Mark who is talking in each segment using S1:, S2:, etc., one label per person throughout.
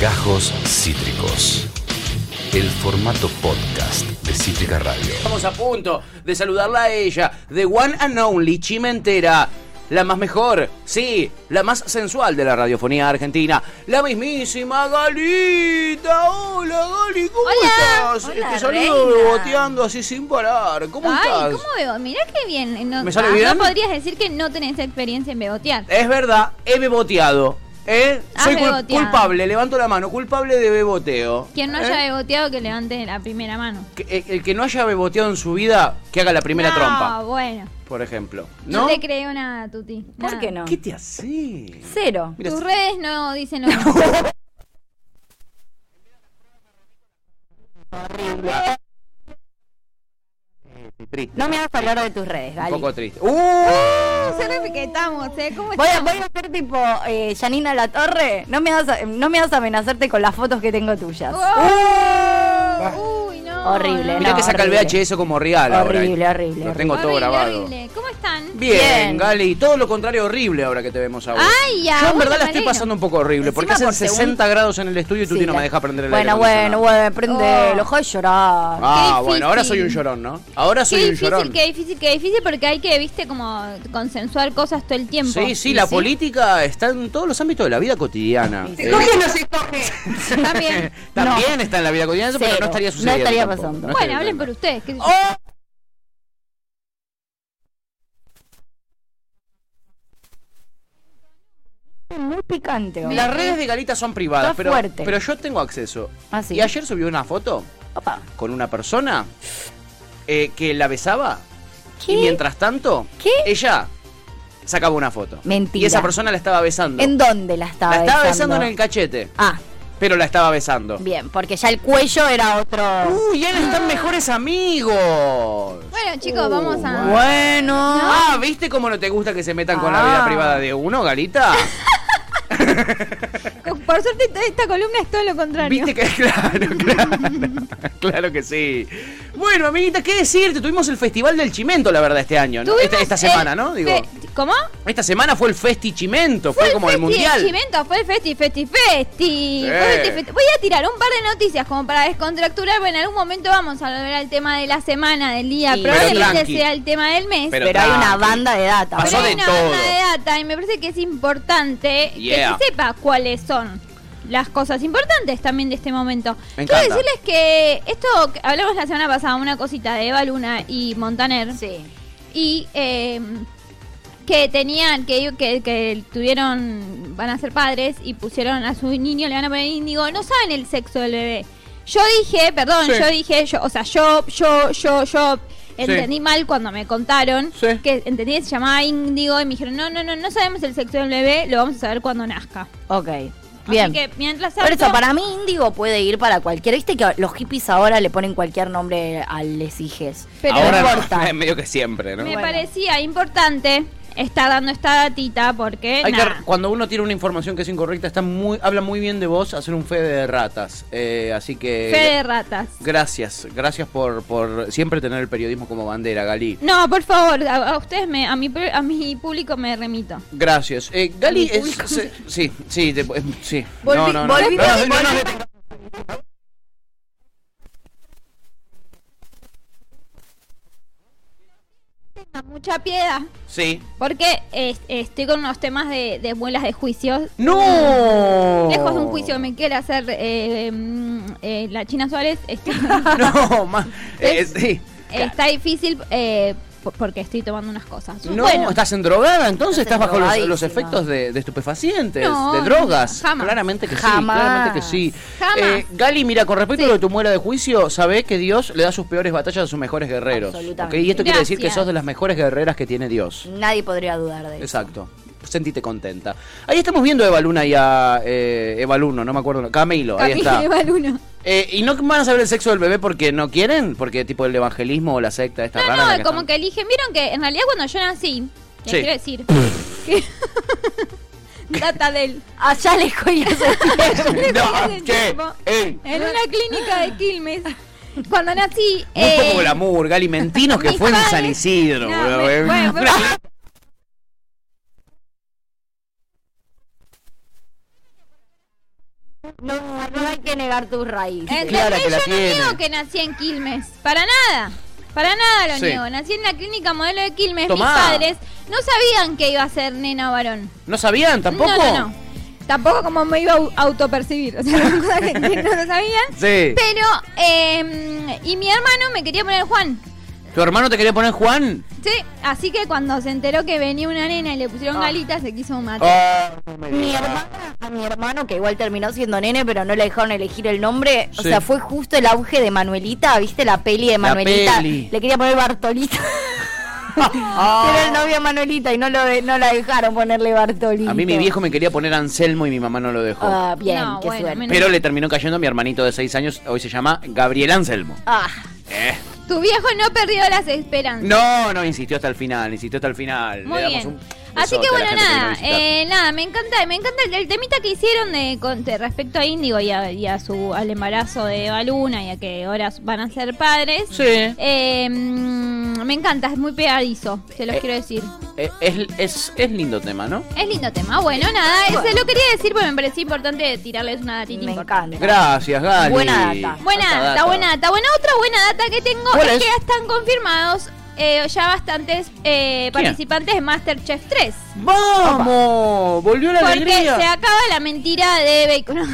S1: Gajos Cítricos. El formato podcast de Cítrica Radio.
S2: Estamos a punto de saludarla a ella, the one and only Chimentera, la más mejor, sí, la más sensual de la radiofonía argentina, la mismísima Galita. Hola, Gali, ¿cómo
S3: Hola.
S2: estás?
S3: Hola,
S2: Te saludo
S3: reina.
S2: boteando así sin parar. ¿Cómo
S3: Ay,
S2: estás?
S3: ¿cómo veo? Mirá qué bien. eh, No, ah,
S2: ¿Me sale
S3: no
S2: bien? Eh,
S3: podrías decir que no tenés experiencia en bebotear.
S2: Es verdad, he beboteado. ¿eh?
S3: Has
S2: Soy cul-
S3: beboteado.
S2: culpable, levanto la mano, culpable de beboteo.
S3: Quien no
S2: ¿eh?
S3: haya beboteado que levante la primera mano.
S2: Que- el- El que no haya beboteado en su vida, que haga la primera
S3: no,
S2: trompa,
S3: Ah, bueno.
S2: por ejemplo.
S3: No,
S2: ¿No?
S3: te creo nada, Tuti.
S4: ¿Por
S3: Nada.
S4: qué no?
S2: ¿Qué te hace?
S4: Cero.
S2: Mira,
S3: Tus redes no dicen lo mismo.
S4: No me hagas hablar de tus redes,
S2: un
S4: Gali.
S2: poco triste. ¡Uh!
S3: Se ve que estamos, ¿eh? ¿Cómo
S4: Voy a,
S3: estamos?
S4: voy a ser tipo eh, Janina La Torre. No me, hagas, a- no me hagas amenazarte con las fotos que tengo tuyas.
S3: ¡Oh! Uy, no.
S4: Horrible,
S2: Uh, Mirá
S4: no,
S2: que saca el
S4: horrible.
S2: VHS como real
S4: Horrible,
S2: ahora.
S4: horrible,
S2: Lo tengo todo
S3: Horrible,
S2: grabado.
S3: horrible. ¿Cómo están?
S2: Bien,
S4: Bien.
S2: Gali. Todo lo contrario, horrible ahora que te vemos ahora.
S3: Ay, ya,
S2: Yo en
S3: vos
S2: verdad
S3: te
S2: la estoy
S3: manejo.
S2: pasando un poco horrible porque
S4: Encima
S2: hacen
S4: por
S2: 60
S4: segundo.
S2: grados en el estudio y tú
S4: Sí,
S2: no
S4: la-
S2: me dejas prender el
S4: Bueno,
S2: aire
S4: bueno,
S2: acondicionado.
S4: bueno, prende,
S3: Oh.
S4: lo de llorar.
S2: Ah,
S3: Qué
S2: bueno, ahora soy un
S3: difícil.
S2: llorón, ¿no? Ahora soy
S3: Qué
S2: un llorón.
S3: difícil, qué difícil, qué difícil porque hay que, viste, como consensuar cosas todo el tiempo.
S2: Sí, sí, la política está en todos los ámbitos de la vida cotidiana.
S4: Sí,
S2: Eh,
S3: También.
S2: También está en la vida cotidiana, pero no
S4: Cero.
S2: estaría
S4: No
S2: sucediendo.
S4: estaría
S2: tampoco.
S4: pasando.
S2: No
S3: Bueno,
S2: estaría
S3: hablen por
S2: pasando.
S3: ustedes. qué sé yo.
S4: Muy picante. hoy.
S2: Las redes de Galita son privadas,
S4: Está
S2: pero,
S4: fuerte.
S2: pero yo tengo acceso.
S4: Ah, sí.
S2: Y ayer subió una foto
S4: Opa.
S2: con una persona eh, que la besaba
S4: ¿Qué?
S2: y mientras tanto
S4: ¿Qué?
S2: ella sacaba una foto.
S4: Mentira.
S2: Y esa persona la estaba besando.
S4: ¿En dónde la estaba
S2: la
S4: besando?
S2: estaba besando en el cachete,
S4: Ah,
S2: pero la estaba besando.
S4: bien, porque ya el cuello era otro...
S2: ¡Uy, eran están mejores amigos!
S3: Bueno, chicos, vamos a.
S4: Bueno.
S2: Ah, ¿viste cómo no te gusta que se metan con la vida
S4: Ah.
S2: privada de uno, Galita?
S3: Por suerte, toda esta columna es todo lo contrario.
S2: ¿Viste que claro, claro, claro que sí? Bueno, amiguita, ¿qué decirte? Tuvimos el Festival del Chimento, la verdad, este año, ¿no?
S3: Tuvimos
S2: Esta, esta
S3: el
S2: semana, ¿no? Digo,
S3: fe- ¿Cómo?
S2: esta semana fue el Festi Chimento, fue, como el
S3: festi de
S2: mundial.
S3: Chimento, fue el festi, festi, festi. Fue el festi- festi- Voy a tirar un par de noticias como para descontracturar. Bueno, en algún momento vamos a volver al tema de la semana, del día.
S4: Sí.
S2: Pero
S3: Probablemente
S2: tranqui.
S3: sea el tema del mes.
S2: Pero
S4: Pero hay una
S2: tranqui.
S4: banda de data.
S2: Pasó
S3: Pero
S2: de
S3: hay una
S2: todo.
S3: banda de data y me parece que es importante
S2: Yeah.
S3: que se sepa cuáles son las cosas importantes también de este momento.
S2: Me
S3: Quiero
S2: encanta.
S3: decirles que esto, que hablamos la semana pasada, una cosita de Eva Luna y Montaner.
S4: Sí.
S3: Y eh, que tenían, que, que, que tuvieron, van a ser padres y pusieron a su niño, le van a poner índigo, no saben el sexo del bebé. Yo dije, perdón,
S2: Sí.
S3: yo dije, yo, o sea, yo, yo, yo, yo entendí
S2: Sí.
S3: mal cuando me contaron
S2: Sí.
S3: que entendí que se llamaba índigo y me dijeron, no, no, no, no sabemos el sexo del bebé, lo vamos a saber cuando nazca.
S4: Ok, bien.
S3: Así que mientras
S4: Por eso,
S3: tanto-
S4: para mí índigo puede ir para cualquiera. Viste que los hippies ahora le ponen cualquier nombre a les hijes.
S3: Pero-
S2: Ahora
S4: no importa.
S2: medio que siempre, ¿no?
S3: me
S4: Bueno.
S3: parecía importante estar dando esta datita porque...
S2: Hay que-
S3: nada.
S2: cuando uno tiene una información que es incorrecta, está muy, habla muy bien de vos hacer un fe de ratas. Eh, así que.
S3: Fe de ratas.
S2: Gracias, gracias por, por siempre tener el periodismo como bandera, Galí.
S3: No, por favor, a, a ustedes me, a mi pr- a mi público me remito.
S2: Gracias. Eh, Gali
S3: Mi
S2: es.
S3: público.
S2: se- sí, sí, te- eh, sí.
S4: Volví-
S2: no, no, no.
S4: volví-
S2: No, no, no, no, no.
S3: Tenga mucha piedad,
S2: Sí.
S3: porque eh, estoy con unos temas de, de muelas de juicios.
S2: ¡No!
S3: Lejos de un juicio que me quiere hacer eh, eh, mm, eh, la China Suárez, estoy-
S2: No, más. eh, sí.
S3: está difícil eh, por- porque estoy tomando unas cosas.
S2: No,
S3: Bueno,
S2: estás en drogada, entonces estás
S4: Estás
S2: bajo los,
S4: drogadísima.
S2: los efectos de, de estupefacientes,
S3: No,
S2: de
S3: no,
S2: drogas.
S3: jamás.
S2: Claramente que
S4: Jamás.
S2: sí, claramente que sí. Eh,
S3: Jamás.
S2: Gali, mira, con respecto a lo de tu muera de juicio, sabés que Dios le da sus peores batallas a sus mejores guerreros.
S4: Absolutamente.
S2: ¿ok? Y esto quiere decir que
S3: Gracias.
S2: sos de las mejores guerreras que tiene Dios.
S4: Nadie podría dudar de eso.
S2: Exacto. Sentite contenta. Ahí estamos viendo a Eva Luna y a eh, Eva Luno, no me acuerdo. Camilo, ahí está.
S3: Camila Baluno.
S2: Eh, ¿Y no van a saber el sexo del bebé porque no quieren? Porque tipo el evangelismo o la secta esta rara. en
S3: No,
S2: la
S3: no, como
S2: están-
S3: que eligen. Vieron que en realidad cuando yo nací,
S2: Sí.
S3: les quiero decir. que- Data del.
S4: Allá lejos y hace tiempo.
S2: No,
S3: Ese
S2: che,
S3: tipo,
S2: ey.
S3: En una clínica de Quilmes. Cuando nací.
S2: Muy
S3: eh,
S2: poco glamour, Gali. Mentinos que
S3: mis
S2: fue en
S3: padres-
S2: San Isidro,
S3: No,
S2: bro,
S3: me-
S2: eh.
S3: bueno, pero-
S4: no, no hay que negar tus raíces.
S3: ¿Entendés?
S2: Clara que la
S3: Eh, Yo no
S2: tiene.
S3: niego que nací en Quilmes. Para nada. Para nada lo
S2: Sí.
S3: niego. Nací en la clínica modelo de Quilmes.
S2: Tomá.
S3: Mis padres no sabían que iba a ser nena o varón.
S2: ¿No sabían tampoco?
S3: No, no, no. Tampoco como me iba a au- autopercibir. O sea, eran cosas que que no lo sabían.
S2: Sí.
S3: Pero, eh, y mi hermano me quería poner Juan.
S2: ¿Tu hermano te quería poner Juan?
S3: Sí, así que cuando se enteró que venía una nena y le pusieron
S2: Ah.
S3: galita, se quiso matar.
S2: Oh, me
S4: Mi
S2: digas.
S4: hermana, a mi hermano, que igual terminó siendo nene, pero no le dejaron elegir el nombre. O
S2: Sí.
S4: sea, fue justo el auge de Manuelita. ¿Viste la peli de
S2: La
S4: Manuelita?
S2: peli.
S4: Le quería poner Bartolita.
S2: Ah.
S4: Era el novio de Manuelita y no, lo de- no la dejaron ponerle Bartolita.
S2: A mí mi viejo me quería poner Anselmo y mi mamá no lo dejó.
S4: Ah, bien,
S3: No,
S4: qué
S3: bueno,
S4: suerte.
S3: menos-
S2: Pero le terminó cayendo a mi hermanito de 6 años, hoy se llama Gabriel Anselmo.
S4: Ah,
S3: Tu viejo no perdió las esperanzas.
S2: No, no, insistió hasta el final, insistió hasta el final.
S3: Muy
S2: Le damos
S3: bien.
S2: un
S3: Así
S2: besote
S3: que
S2: a la gente
S3: bueno,
S2: que vino a
S3: nada,
S2: visitar.
S3: eh, nada, me encanta, me encanta el, el temita que hicieron de, con- de respecto a Índigo y, a, y a su al embarazo de Baluna y a que ahora van a ser padres.
S2: Sí.
S3: Eh, mm, me encanta, es muy pegadizo, se los
S2: Eh.
S3: quiero decir.
S2: Eh, es, es, es lindo tema, ¿no?
S3: Es lindo tema. Bueno, nada,
S4: Bueno.
S3: se lo quería decir porque me parecía importante tirarles una datita
S4: me
S3: importante.
S4: encanta.
S2: Gracias, Gali.
S4: Buena data.
S3: Buena
S2: Alta
S3: data, buena data. Bueno, otra buena data que tengo
S2: ¿Cuál
S3: es,
S2: es?
S3: que ya están confirmados eh, ya bastantes eh,
S2: ¿Quién?
S3: participantes de Masterchef 3.
S2: ¡Vamos! ¡Volvió la
S3: Porque
S2: alegría!
S3: se acaba la mentira de Bacon.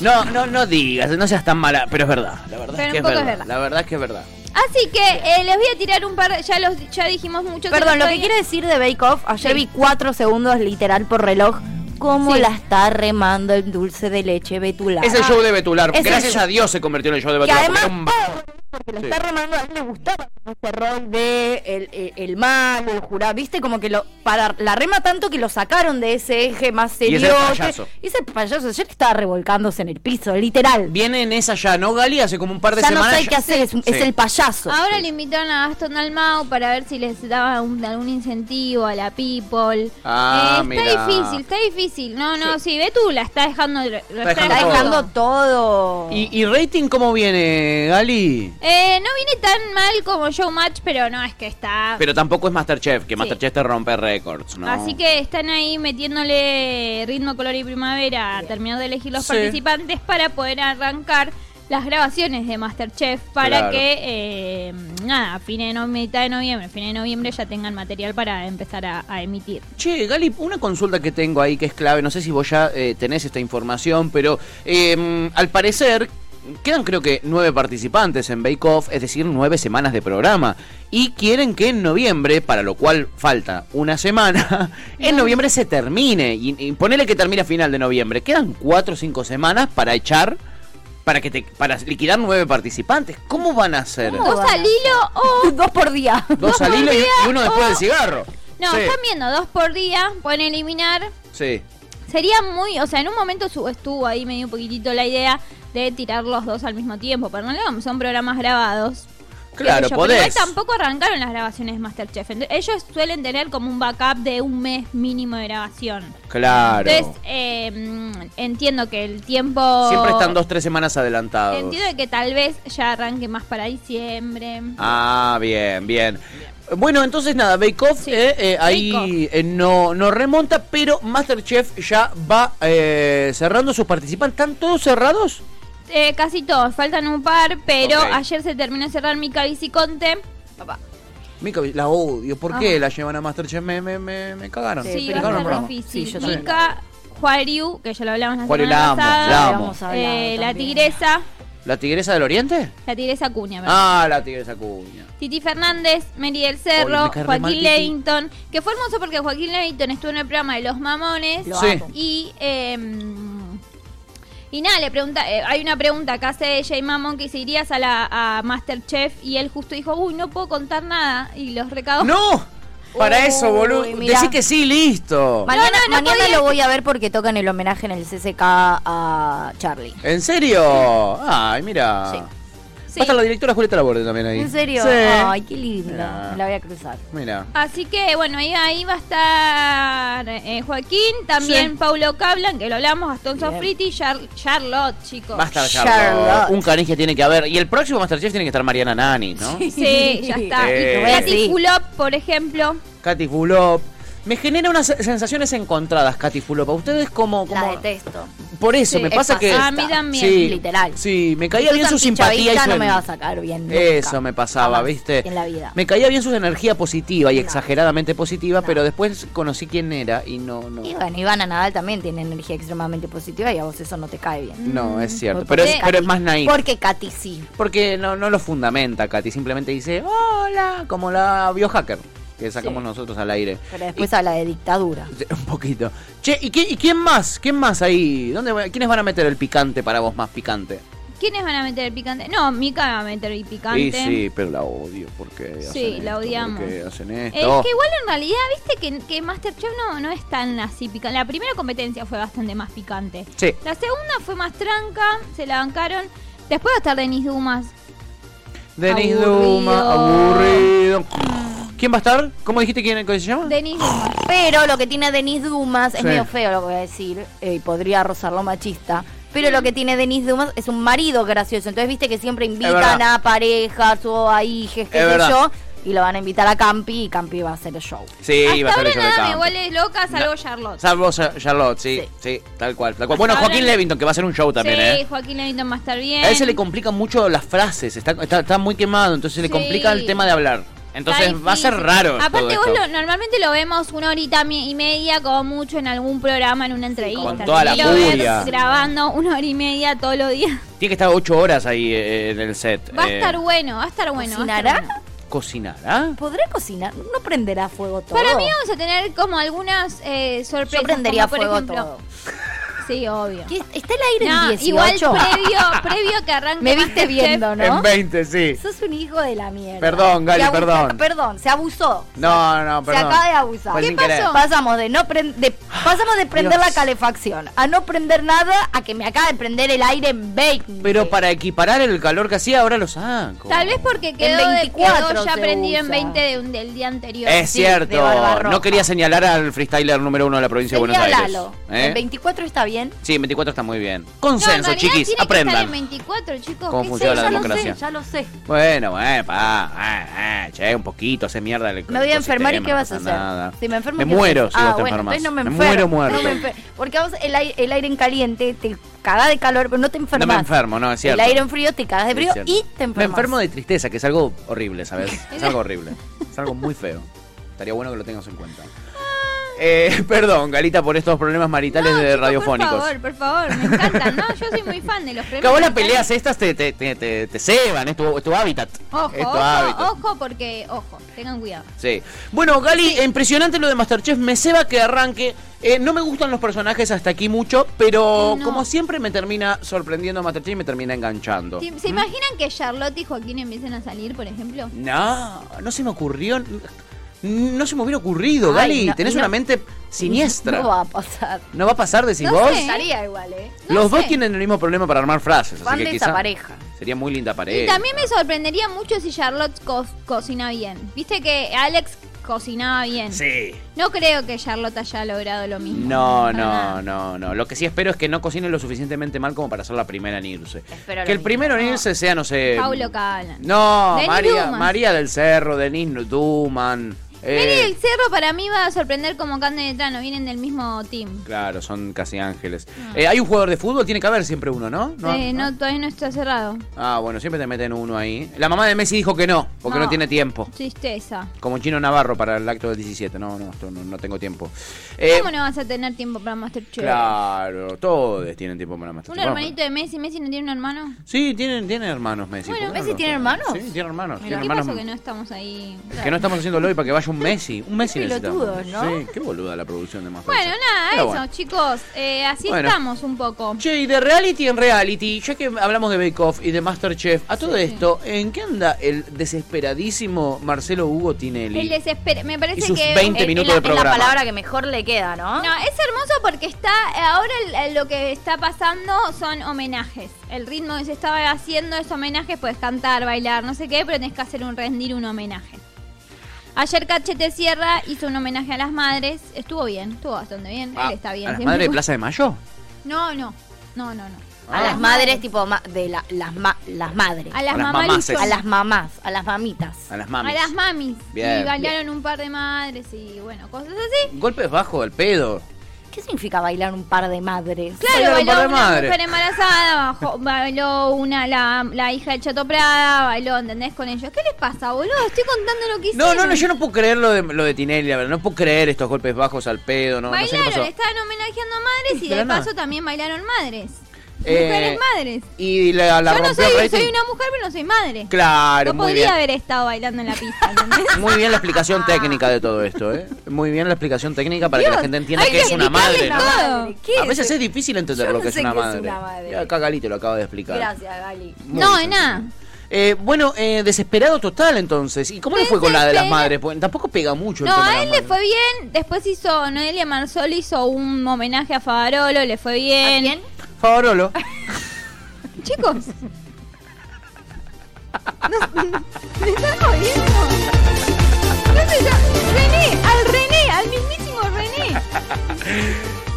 S2: No, no, no digas, no seas tan mala, pero es verdad, la verdad
S3: Pero
S2: es
S3: un
S2: que es
S3: poco es
S2: verdad,
S3: verdad.
S2: La verdad es que es verdad.
S3: Así que eh, les voy a tirar un par, ya los ya dijimos mucho.
S4: Perdón, lo que quiero decir de Bake Off, ayer
S3: Sí.
S4: vi cuatro segundos literal por reloj. ¿Cómo
S3: Sí.
S4: la está remando el dulce de leche betulada?
S2: Es el show de Betular,
S4: Es el
S2: gracias
S4: show.
S2: a Dios se convirtió en el show de
S4: Que
S2: Betular.
S4: además,
S2: porque era un
S4: porque la
S2: Sí.
S4: está remando, a mí me gustaba ese rol de el, el, el malo, el jurado, viste, como que lo para la rema tanto que lo sacaron de ese eje más
S2: Y
S4: serio.
S2: ese payaso.
S4: Ese payaso ayer estaba revolcándose en el piso, literal.
S2: Viene en esa ya, ¿no, Gali? Hace como un par de
S4: ya no
S2: semanas.
S4: sé qué hacer, es, es
S2: Sí.
S4: el payaso.
S3: Ahora le invitaron a Gastón Dalmau para ver si les daba un- algún incentivo a la People.
S2: Ah,
S3: Eh,
S2: mirá.
S3: está difícil, está difícil. No, no, sí, Betu la está dejando. lo está
S2: dejando
S4: está
S2: todo.
S4: dejando todo.
S2: ¿Y, y rating cómo viene, Gali?
S3: Eh, no viene tan mal como Showmatch, pero no, es que está...
S2: Pero tampoco es Masterchef, que Masterchef te rompe récords, ¿no?
S3: Así que están ahí metiéndole ritmo, color y primavera a terminar de elegir los
S2: Sí.
S3: participantes para poder arrancar las grabaciones de Masterchef para
S2: Claro.
S3: que, eh, nada, a fines de no- mitad de noviembre, fines de noviembre ya tengan material para empezar a, a emitir.
S2: Che, Gali, una consulta que tengo ahí que es clave, no sé si vos ya eh, tenés esta información, pero eh, al parecer quedan creo que nueve participantes en Bake Off, es decir, nueve semanas de programa, y quieren que en noviembre, para lo cual falta una semana, en noviembre se termine, y, y ponele que termine a final de noviembre, quedan cuatro o cinco semanas para echar, para, que te, para liquidar nueve participantes, ¿cómo van a hacer?
S4: ¿Cómo?
S3: Dos al hilo oh, o...
S4: Oh, Dos por día.
S2: Dos al hilo y, y uno después del cigarro.
S3: Oh. No,
S2: sí,
S3: están viendo, dos por día, pueden eliminar,
S2: sí.
S3: Sería muy, o sea, en un momento su- estuvo ahí medio un poquitito la idea de tirar los dos al mismo tiempo, pero no lo vamos, son programas grabados. qué sé
S2: Claro,
S3: yo, pero
S2: podés.
S3: igual tampoco arrancaron las grabaciones de Masterchef. Ent- Ellos suelen tener como un backup de un mes mínimo de grabación.
S2: Claro.
S3: Entonces, eh, mm, entiendo que el tiempo...
S2: Siempre están dos, tres semanas adelantados.
S3: Entiendo que tal vez ya arranque más para diciembre.
S2: Ah, bien, bien. Bueno, entonces nada, Bake Off
S3: Sí,
S2: eh, eh, ahí eh, no, no remonta, pero Masterchef ya va eh, cerrando sus participantes. ¿Están todos cerrados?
S3: Eh, casi todos, faltan un par, pero
S2: Ok.
S3: ayer se terminó de cerrar Mica Viciconte. Papá.
S2: Mica, la odio. ¿Por qué
S3: Ah.
S2: la llevan a Masterchef? Me, me, me, me cagaron.
S3: Sí,
S2: me
S3: va
S2: cagaron
S3: a
S2: el
S3: ser
S2: programa.
S3: difícil.
S4: Sí, yo también.
S3: Mica, Juariu, que ya lo hablamos la
S2: Juariu,
S3: semana
S2: la amo,
S3: pasada.
S2: la
S4: Ya
S2: amo.
S4: hemos hablado
S3: Eh, la
S4: también.
S3: tigresa,
S2: ¿La tigresa del oriente?
S3: la tigresa Cuña, ¿verdad?
S2: Ah, la tigresa cuña.
S3: Titi Fernández, Mary del
S2: Ay,
S3: Cerro,
S2: me cae re mal, Titi.
S3: Joaquín Levington, que fue hermoso porque Joaquín Levington estuvo en el programa de Los Mamones
S4: Lo
S2: Sí.
S4: amo.
S3: y eh, y nada, le pregunta, eh, hay una pregunta que hace Jay Mamon que si irías a la a Masterchef y él justo dijo, uy, no puedo contar nada y los recagó.
S2: ¡No! Para
S4: Uy,
S2: eso, boludo.
S4: mirá.
S2: Decí que sí, listo.
S4: Mañana,
S3: no, no
S4: mañana
S3: podía.
S4: lo voy a ver porque tocan el homenaje en el CCK a Charlie.
S2: ¿En serio? Ay, mira.
S4: Sí.
S3: Sí.
S2: Va a estar la directora Julieta Laborde también ahí.
S4: ¿En serio?
S2: Sí.
S4: Ay, qué lindo.
S2: Mirá.
S4: Me la voy a cruzar.
S2: Mira.
S3: Así que bueno, ahí, ahí va a estar eh, Joaquín, también
S2: Sí.
S3: Paulo Cablan, que lo hablamos, Gastón
S4: Bien.
S3: Sofriti y Char- Charlotte, chicos.
S2: Basta, Charlotte.
S4: Charlotte.
S2: Un caniche tiene que haber. Y el próximo Masterchef tiene que estar Mariana Nani, ¿no?
S3: Sí, ya está.
S2: Eh.
S3: Y
S2: Sí.
S3: Katy Fulop, por ejemplo.
S2: Katy Fulop. Me genera unas se- sensaciones encontradas, Katy Fulopa. Ustedes como...
S4: La
S2: como-
S4: detesto.
S2: por eso,
S3: Sí,
S2: me pasa
S4: es Ah,
S2: que...
S3: A mí también,
S2: sí,
S4: literal.
S2: Sí, me caía
S4: Tú
S2: bien
S4: tan
S2: su simpatía y
S4: pichavista
S2: su-
S4: no me va a sacar bien. nunca,
S2: Eso me pasaba,
S4: jamás
S2: ¿viste?
S4: En la vida.
S2: Me caía bien su energía positiva y
S4: No.
S2: exageradamente positiva,
S4: No.
S2: pero después conocí quién era y no... no.
S4: Y bueno, Ivana Nadal también tiene energía extremadamente positiva y a vos eso no te cae bien.
S2: No, es cierto.
S4: Porque
S2: Pero es,
S4: Katy-
S2: pero es más naif.
S4: Porque Katy sí.
S2: Porque no, no lo fundamenta, Katy. Simplemente dice, hola, como la biohacker que sacamos
S4: Sí.
S2: nosotros al aire.
S4: Pero después habla de dictadura.
S2: Y- un poquito. Che, ¿y, qué- y quién más? ¿Quién más ahí? ¿Dónde, va- ¿Quiénes van a meter el picante para vos más picante?
S3: ¿Quiénes van a meter el picante? No, Mika va a meter el picante.
S2: Sí, sí, pero la odio. porque
S3: Sí, la odiamos.
S2: Porque hacen
S3: Es
S2: esto.
S3: que igual en realidad, viste que, que Masterchef no, no es tan así picante. La primera competencia fue bastante más picante.
S2: Sí.
S3: La segunda fue más tranca, se la bancaron. Después va a estar Denis Dumas.
S2: Denis
S3: Aburrido.
S2: Duma, aburrido.
S3: Mm.
S2: ¿Quién va a estar? ¿Cómo dijiste quién cómo se llama?
S3: Denis Dumas.
S4: Pero lo que tiene Denise Dumas, es
S2: Sí.
S4: medio feo lo que voy a decir, eh, y podría rozarlo machista. Pero lo que tiene Denise Dumas es un marido gracioso. Entonces, viste que siempre invitan
S2: verdad.
S4: a parejas o a hijes, qué
S2: Es
S4: sé
S2: verdad.
S4: yo. Y lo van a invitar a Campi y Campi va a hacer el show.
S2: Sí, va a
S3: Hasta
S2: estar
S3: ahora
S2: el show de
S3: nada me
S2: campo.
S3: vuelve loca, salvo
S2: No.
S3: Charlotte.
S2: Salvo Sa- Charlotte, sí, sí, tal cual. tal cual. Bueno,
S3: ahora
S2: Joaquín
S3: no-
S2: Levington, que va a hacer un show también,
S3: sí,
S2: ¿eh?
S3: Joaquín Levington va a estar bien.
S2: A él se le complican mucho las frases, está, está, está muy quemado, entonces se le
S3: Sí.
S2: complica el tema de hablar.
S3: Está
S2: Entonces va a ser
S3: difícil.
S2: raro. todo
S3: Aparte,
S2: esto.
S3: vos lo- normalmente lo vemos una horita mi- y media, como mucho, en algún programa, en una entrevista.
S2: con
S3: Si
S2: toda la
S3: lo ves
S2: furia.
S3: grabando una hora y media todos los días.
S2: Tiene que estar ocho horas ahí eh, en el set.
S3: Va a
S2: eh, ¿ah?
S3: estar bueno, va a estar bueno. va a estar
S4: ¿Cocinará?
S3: bueno.
S2: ¿Cocinará?
S4: ¿Podrá cocinar? ¿No prenderá fuego todo?
S3: Para mí vamos a tener como algunas eh, sorpresas.
S4: yo prendería
S3: como por
S4: fuego
S3: ejemplo-
S4: todo.
S3: Sí, obvio.
S4: ¿Qué- ¿Está el aire
S3: No,
S4: en 18?
S3: igual previo, previo que arranque
S4: Me viste
S3: Masterchef,
S4: viendo, ¿no?
S2: En 20, sí.
S4: Sos un hijo de la mierda.
S2: Perdón, Gali,
S4: Se abusó-
S2: perdón.
S4: Perdón, se abusó.
S2: No, no,
S4: Se
S2: Ah, perdón.
S4: acaba de abusar.
S2: Fue
S4: ¿Qué Ah,
S2: sin querer.
S3: pasó?
S4: Pasamos de no pren- de- pasamos de prender
S2: Dios.
S4: la calefacción a no prender nada a que me acaba de prender el aire en 20.
S2: Pero para equiparar el calor que hacía, ahora lo saco.
S3: Tal vez porque quedó, de-
S4: 24
S3: quedó ya
S4: se
S3: prendido en
S4: usa.
S3: 20 de un- del día anterior.
S2: Es
S4: Sí, de
S2: cierto.
S4: Barbarroja.
S2: No quería señalar al freestyler número uno de la provincia de Buenos Aires.
S4: Señalalo.
S2: ¿Eh?
S4: El 24 está bien.
S2: Sí, 24 está muy bien.
S3: No, en
S2: Consenso,
S3: realidad
S2: chiquis,
S3: tiene Que estar en
S2: aprendan.
S3: 24, chicos.
S2: Cómo
S3: ¿qué
S2: funciona
S3: sé
S2: la
S3: yo?
S4: ya lo
S2: democracia.
S4: sé, ya lo sé.
S2: Bueno, bueno, pa, ah, ah, che, un poquito, hace mierda. el-
S4: Me voy a
S2: el
S4: enfermar y
S2: sistema,
S4: ¿qué
S2: no
S4: vas a
S2: pasa
S4: hacer?
S2: nada.
S4: Si me enfermo,
S2: Me
S4: ¿qué vas a
S2: muero
S4: hacer?
S2: si vos
S4: Ah,
S2: te
S4: bueno,
S2: enfermas.
S4: entonces no me,
S2: muero
S4: enfermo,
S2: muerto.
S4: no me enfer- Porque vamos, el, ai- el aire en caliente te cagás de calor, pero no te enfermas.
S2: No me enfermo, no, es cierto.
S4: El aire en frío te cagás de
S2: Es
S4: frío
S2: cierto.
S4: y te enfermas.
S2: Me enfermo de tristeza, que es algo horrible, ¿sabes? Es algo horrible. Es algo muy feo. Estaría bueno que lo tengas en cuenta. Eh, perdón, Galita, por estos problemas maritales
S3: No,
S2: de
S3: chicos,
S2: radiofónicos.
S3: Por favor, por favor, me encantan. No, yo soy muy fan de los premios.
S2: Que a vos las
S3: Masterchef.
S2: peleas estas te, te, te, te, te ceban, es tu, es tu hábitat.
S3: Ojo,
S2: es tu
S3: ojo,
S2: hábitat.
S3: ojo, porque, ojo, tengan cuidado.
S2: Sí. Bueno, Gali, impresionante lo de Masterchef. Me ceba que arranque. Eh, no me gustan los personajes hasta aquí mucho, pero
S3: No.
S2: como siempre me termina sorprendiendo Masterchef y me termina enganchando.
S3: ¿Se, se imaginan que Charlotte y Joaquín empiecen a salir, por ejemplo?
S2: Mm. No, no se me ocurrió. No se me hubiera ocurrido,
S4: Ay,
S2: Gali.
S4: no,
S2: Tenés
S4: no.
S2: una mente siniestra.
S4: No va a pasar.
S2: No va a pasar, decís
S3: No
S2: vos.
S3: sé.
S4: Estaría igual, ¿eh?
S3: No
S2: Los dos
S3: sé.
S2: tienen el mismo problema para armar frases. Así
S4: Van
S2: que
S4: de
S2: quizá
S4: esa pareja.
S2: Sería muy linda pareja.
S3: Y también me sorprendería mucho si Charlotte co- cocina bien. Viste que Alex cocinaba bien.
S2: Sí.
S3: No creo que Charlotte haya logrado lo mismo.
S2: No,
S3: Para
S2: no,
S3: nada.
S2: no, no. Lo que sí espero es que no cocine lo suficientemente mal como para ser la primera en irse.
S4: Espero lo
S2: que el
S4: mismo.
S2: primero en irse sea, no sé.
S3: Paulo Calan.
S2: No,
S3: Denis
S2: María,
S3: Dumas.
S2: María del Cerro, Denis Duman. eh,
S3: Mary del Cerro para mí va a sorprender como Cande de Trano, vienen del mismo team.
S2: Claro, son casi ángeles. Eh, hay un jugador de fútbol, tiene que haber siempre uno, ¿no?
S3: Eh, Ah. no, todavía no está cerrado.
S2: Ah, bueno, siempre te meten uno ahí. La mamá de Messi dijo que no, porque no,
S3: No.
S2: tiene tiempo.
S3: Tristeza.
S2: Como Chino Navarro para el acto del 17. No, no, esto no, no tengo tiempo. Eh,
S3: ¿Cómo no vas a tener tiempo para Masterchef?
S2: Claro, todos tienen tiempo para más.
S3: Un hermanito de Messi, Messi no tiene un hermano.
S2: Sí, tienen, tienen hermanos Messi.
S3: Bueno,
S2: ¿por qué
S4: ¿Messi
S2: lo-
S4: tiene hermanos?
S2: Sí, tiene hermanos.
S3: ¿Qué
S2: tiene hermanos
S3: pasó que no estamos ahí?
S2: que no estamos haciendo lobby para que vaya un Messi. Un Messi
S4: Qué
S2: necesitamos.
S4: pelotudos, ¿no?
S2: Sí, qué boluda la producción de más.
S3: Bueno, nada, eso, chicos. Eh, así
S2: Bueno.
S3: estamos un poco.
S2: Che, y de reality en reality, ya que hablamos de Bake Off y de Masterchef, a todo
S3: Sí.
S2: esto, ¿en qué anda el desesperadísimo Marcelo Hugo Tinelli?
S3: El desespero. Me parece
S2: Y sus
S3: que.
S2: 20
S4: Es-
S2: minutos
S4: es
S2: de
S4: la, es la
S2: programa.
S4: palabra que mejor le queda, ¿no?
S3: No, es hermoso porque está ahora el- el- lo que está pasando son homenajes. El ritmo que se estaba haciendo es homenajes, puedes cantar, bailar, no sé qué, pero tenés que hacer un rendir un homenaje. Ayer Cachete Sierra hizo un homenaje a las madres, estuvo bien, estuvo bastante bien,
S2: Ah,
S3: él está
S2: ¿A
S3: bien.
S2: las
S3: siempre.
S2: madres de Plaza de Mayo?
S3: No, no, no, no, no.
S4: A las madres, tipo, ma- de la- las, ma- las madres.
S3: A las
S2: Ah. A Ah. las
S3: mamaluchos.
S2: mamases.
S4: A las mamás, a las mamitas.
S2: A las
S3: A
S2: mamis.
S3: las mamis.
S2: Bien,
S3: y bailaron un par de madres y bueno, cosas así.
S2: Golpes bajo al pedo.
S4: ¿Qué significa bailar un par de madres?
S3: Claro,
S2: Bailaron un par
S3: bailó
S2: de
S3: una
S2: madres.
S3: mujer embarazada, bajó- bailó una la, la hija del Chato Prada, bailó, ¿entendés? Con ellos. ¿Qué les pasa, boludo? Estoy contando lo que
S2: No,
S3: hicieron.
S2: no, no, yo no puedo creer lo de, lo de Tinelli, la verdad. No puedo creer estos golpes bajos al pedo, no, no sé qué
S3: Bailaron,
S2: pasó.
S3: estaban homenajeando a madres y
S2: Pero
S3: de
S2: no.
S3: paso también bailaron madres.
S2: Eh,
S3: Mujeres madres.
S2: Y la, la
S3: yo no
S2: rompió
S3: soy,
S2: Rating.
S3: soy una mujer, pero no soy madre.
S2: Claro,
S3: no
S2: muy
S3: podía
S2: bien.
S3: haber estado bailando en la pista, ¿entendés?
S2: Muy bien la explicación técnica de todo esto, ¿eh? Muy bien la explicación técnica para que la
S3: Dios,
S2: gente entienda
S3: hay
S2: que
S3: que
S2: es una madre,
S3: explicarle la
S2: ¿no? Ah,
S3: madre.
S4: ¿Qué
S2: A veces
S4: es?
S2: es difícil entender
S4: Yo
S2: lo
S4: no
S2: que es
S4: sé
S2: una
S4: qué es
S2: madre.
S4: una madre.
S2: Ya acá Gali te lo acaba de explicar.
S4: Gracias, Gali.
S2: Muy
S3: no,
S2: sencillo.
S3: nada.
S2: Eh, bueno, eh, desesperado total entonces. ¿Y cómo le fue con la de las
S3: Desespera-
S2: madres? Porque tampoco pega mucho. el
S3: No,
S2: tema de
S3: a
S2: las
S3: él le
S2: madres.
S3: fue bien. Después hizo, Noelia Marzol hizo un homenaje a Favarolo, le fue bien.
S4: ¿A quién?
S2: Favorolo.
S3: Chicos. No, ¿Me están jodiendo? No se llama- René, al René, al mismísimo René.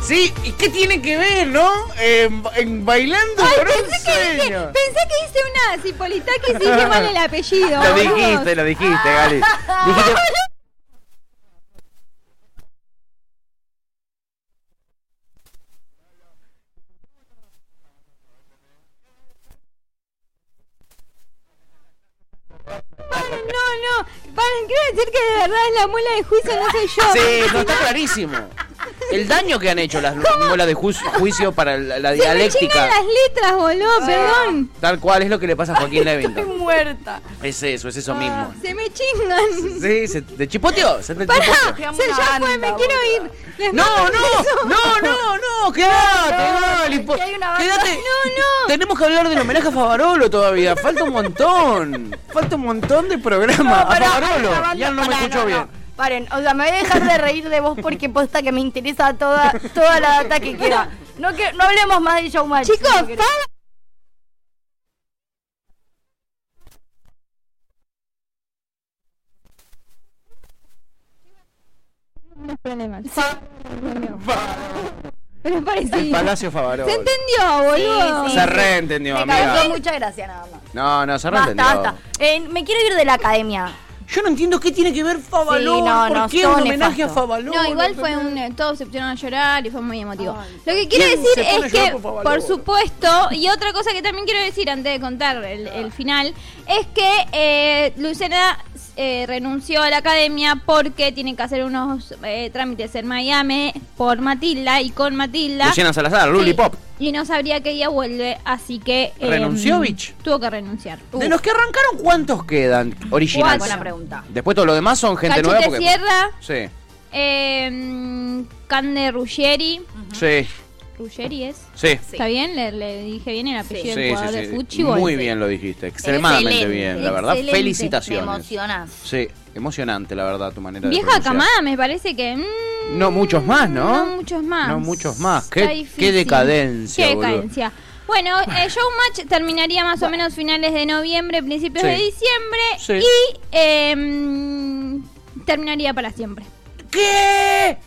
S2: Sí, ¿y qué tiene que ver, no? En, en bailando
S3: Ay,
S2: por un
S3: pensé que, dije,
S2: sueño.
S3: pensé que hice una cipolita que dije mal el apellido.
S2: Lo
S3: boludo.
S2: dijiste, lo dijiste, Gali. Dijiste...
S3: Paren, no, no. Paren, quiero decir que de verdad es la muela de juicio, no soy yo.
S2: Sí, no está clarísimo. El daño que han hecho las muelas de ju- juicio para la, la
S3: Se me
S2: dialéctica.
S3: chingan las letras, boludo, perdón.
S2: Tal cual es lo que le pasa a Joaquín
S4: Estoy Ah.
S2: Levington.
S4: muerta.
S2: Es eso, es eso mismo.
S3: Se me chingan.
S2: Sí, se te chipoteó, se te chipoteó.
S3: Pará,
S4: Seamos
S3: se
S4: una
S3: ya fue,
S4: banda,
S3: me quiero
S4: boludo.
S3: ir. Les
S2: No,
S3: mando
S2: no,
S3: un beso.
S2: no, no, no, quédate,
S4: No,
S2: Gali,
S4: es
S2: por-
S4: que hay una banda-
S2: quédate.
S3: No, no.
S2: Tenemos que hablar del homenaje a Favarolo todavía, falta un montón. Falta un montón de programa
S4: No,
S2: a
S4: pará,
S2: Favarolo.
S4: hay una banda-
S2: Ya no me
S4: pará,
S2: escuchó
S4: no,
S2: bien.
S4: no. Paren, o sea, me voy a dejar de reír de vos porque posta que me interesa toda, toda la data que queda. No, que, no hablemos más de Showmatch.
S3: Chicos,
S4: si no querés.
S3: para- Pero
S2: El
S3: parecido.
S2: Palacio Favarolo.
S3: Se entendió, boludo.
S4: Sí, sí.
S2: Se reentendió,
S4: me
S2: amiga.
S4: causó mucha gracia nada más.
S2: No, no, se
S4: Basta,
S2: reentendió.
S4: basta. Eh, me quiero ir de la academia.
S2: Yo no entiendo qué tiene que ver Favaloro.
S4: Sí, no,
S2: ¿Por
S4: no,
S2: qué
S4: todo
S2: un homenaje a
S4: nefasto.
S2: Favaloro?
S3: No, igual fue un. eh, Todos se pusieron a llorar y fue muy emotivo.
S4: Ay,
S3: Lo que quiero
S2: ¿quién
S3: decir
S2: se pone a llorar
S3: es que,
S2: por
S3: por,
S2: Favaloro?
S3: supuesto, y otra cosa que también quiero decir antes de contar el,
S4: Ah.
S3: el final, es que eh, Luciana eh, renunció a la academia porque tiene que hacer unos eh, trámites en Miami por Matilda y con Matilda.
S2: Luciana Salazar,
S3: Sí,
S2: Lulipop.
S3: Y no sabría qué día vuelve, así que. eh,
S2: ¿Renunció, bitch?
S3: Tuvo que renunciar.
S2: De los que arrancaron, ¿cuántos quedan originales?
S4: Buena pregunta.
S2: Después todo lo demás son gente nueva.
S3: Cachete
S2: Porque...
S3: Sierra,
S2: Sí,
S3: eh, Cande Ruggeri. Mm,
S2: sí,
S3: Ruggeri es.
S2: sí.
S4: Sí.
S3: ¿Está bien? ¿Le, le dije bien el
S2: Sí,
S3: apellido del
S2: sí,
S3: jugador
S2: sí,
S3: de
S2: sí.
S3: Fuchi? o
S2: Muy
S3: ese?
S2: bien lo dijiste, extremadamente
S4: Excelente,
S2: bien, la verdad.
S3: excelente.
S4: Me
S2: Felicitaciones.
S4: emocionas.
S2: Sí, emocionante, la verdad, tu manera de
S3: Vieja
S2: pronunciar.
S3: camada, me parece que. mm,
S2: No muchos más, ¿no?
S3: No muchos más.
S2: No muchos más. Qué-
S3: Está
S2: qué
S3: difícil.
S2: decadencia,
S3: Qué
S2: boludo.
S3: decadencia. Bueno, eh, Showmatch terminaría más o menos finales de noviembre, principios
S2: Sí.
S3: de diciembre.
S2: Sí.
S3: Y em, terminaría para siempre.
S2: ¿Qué?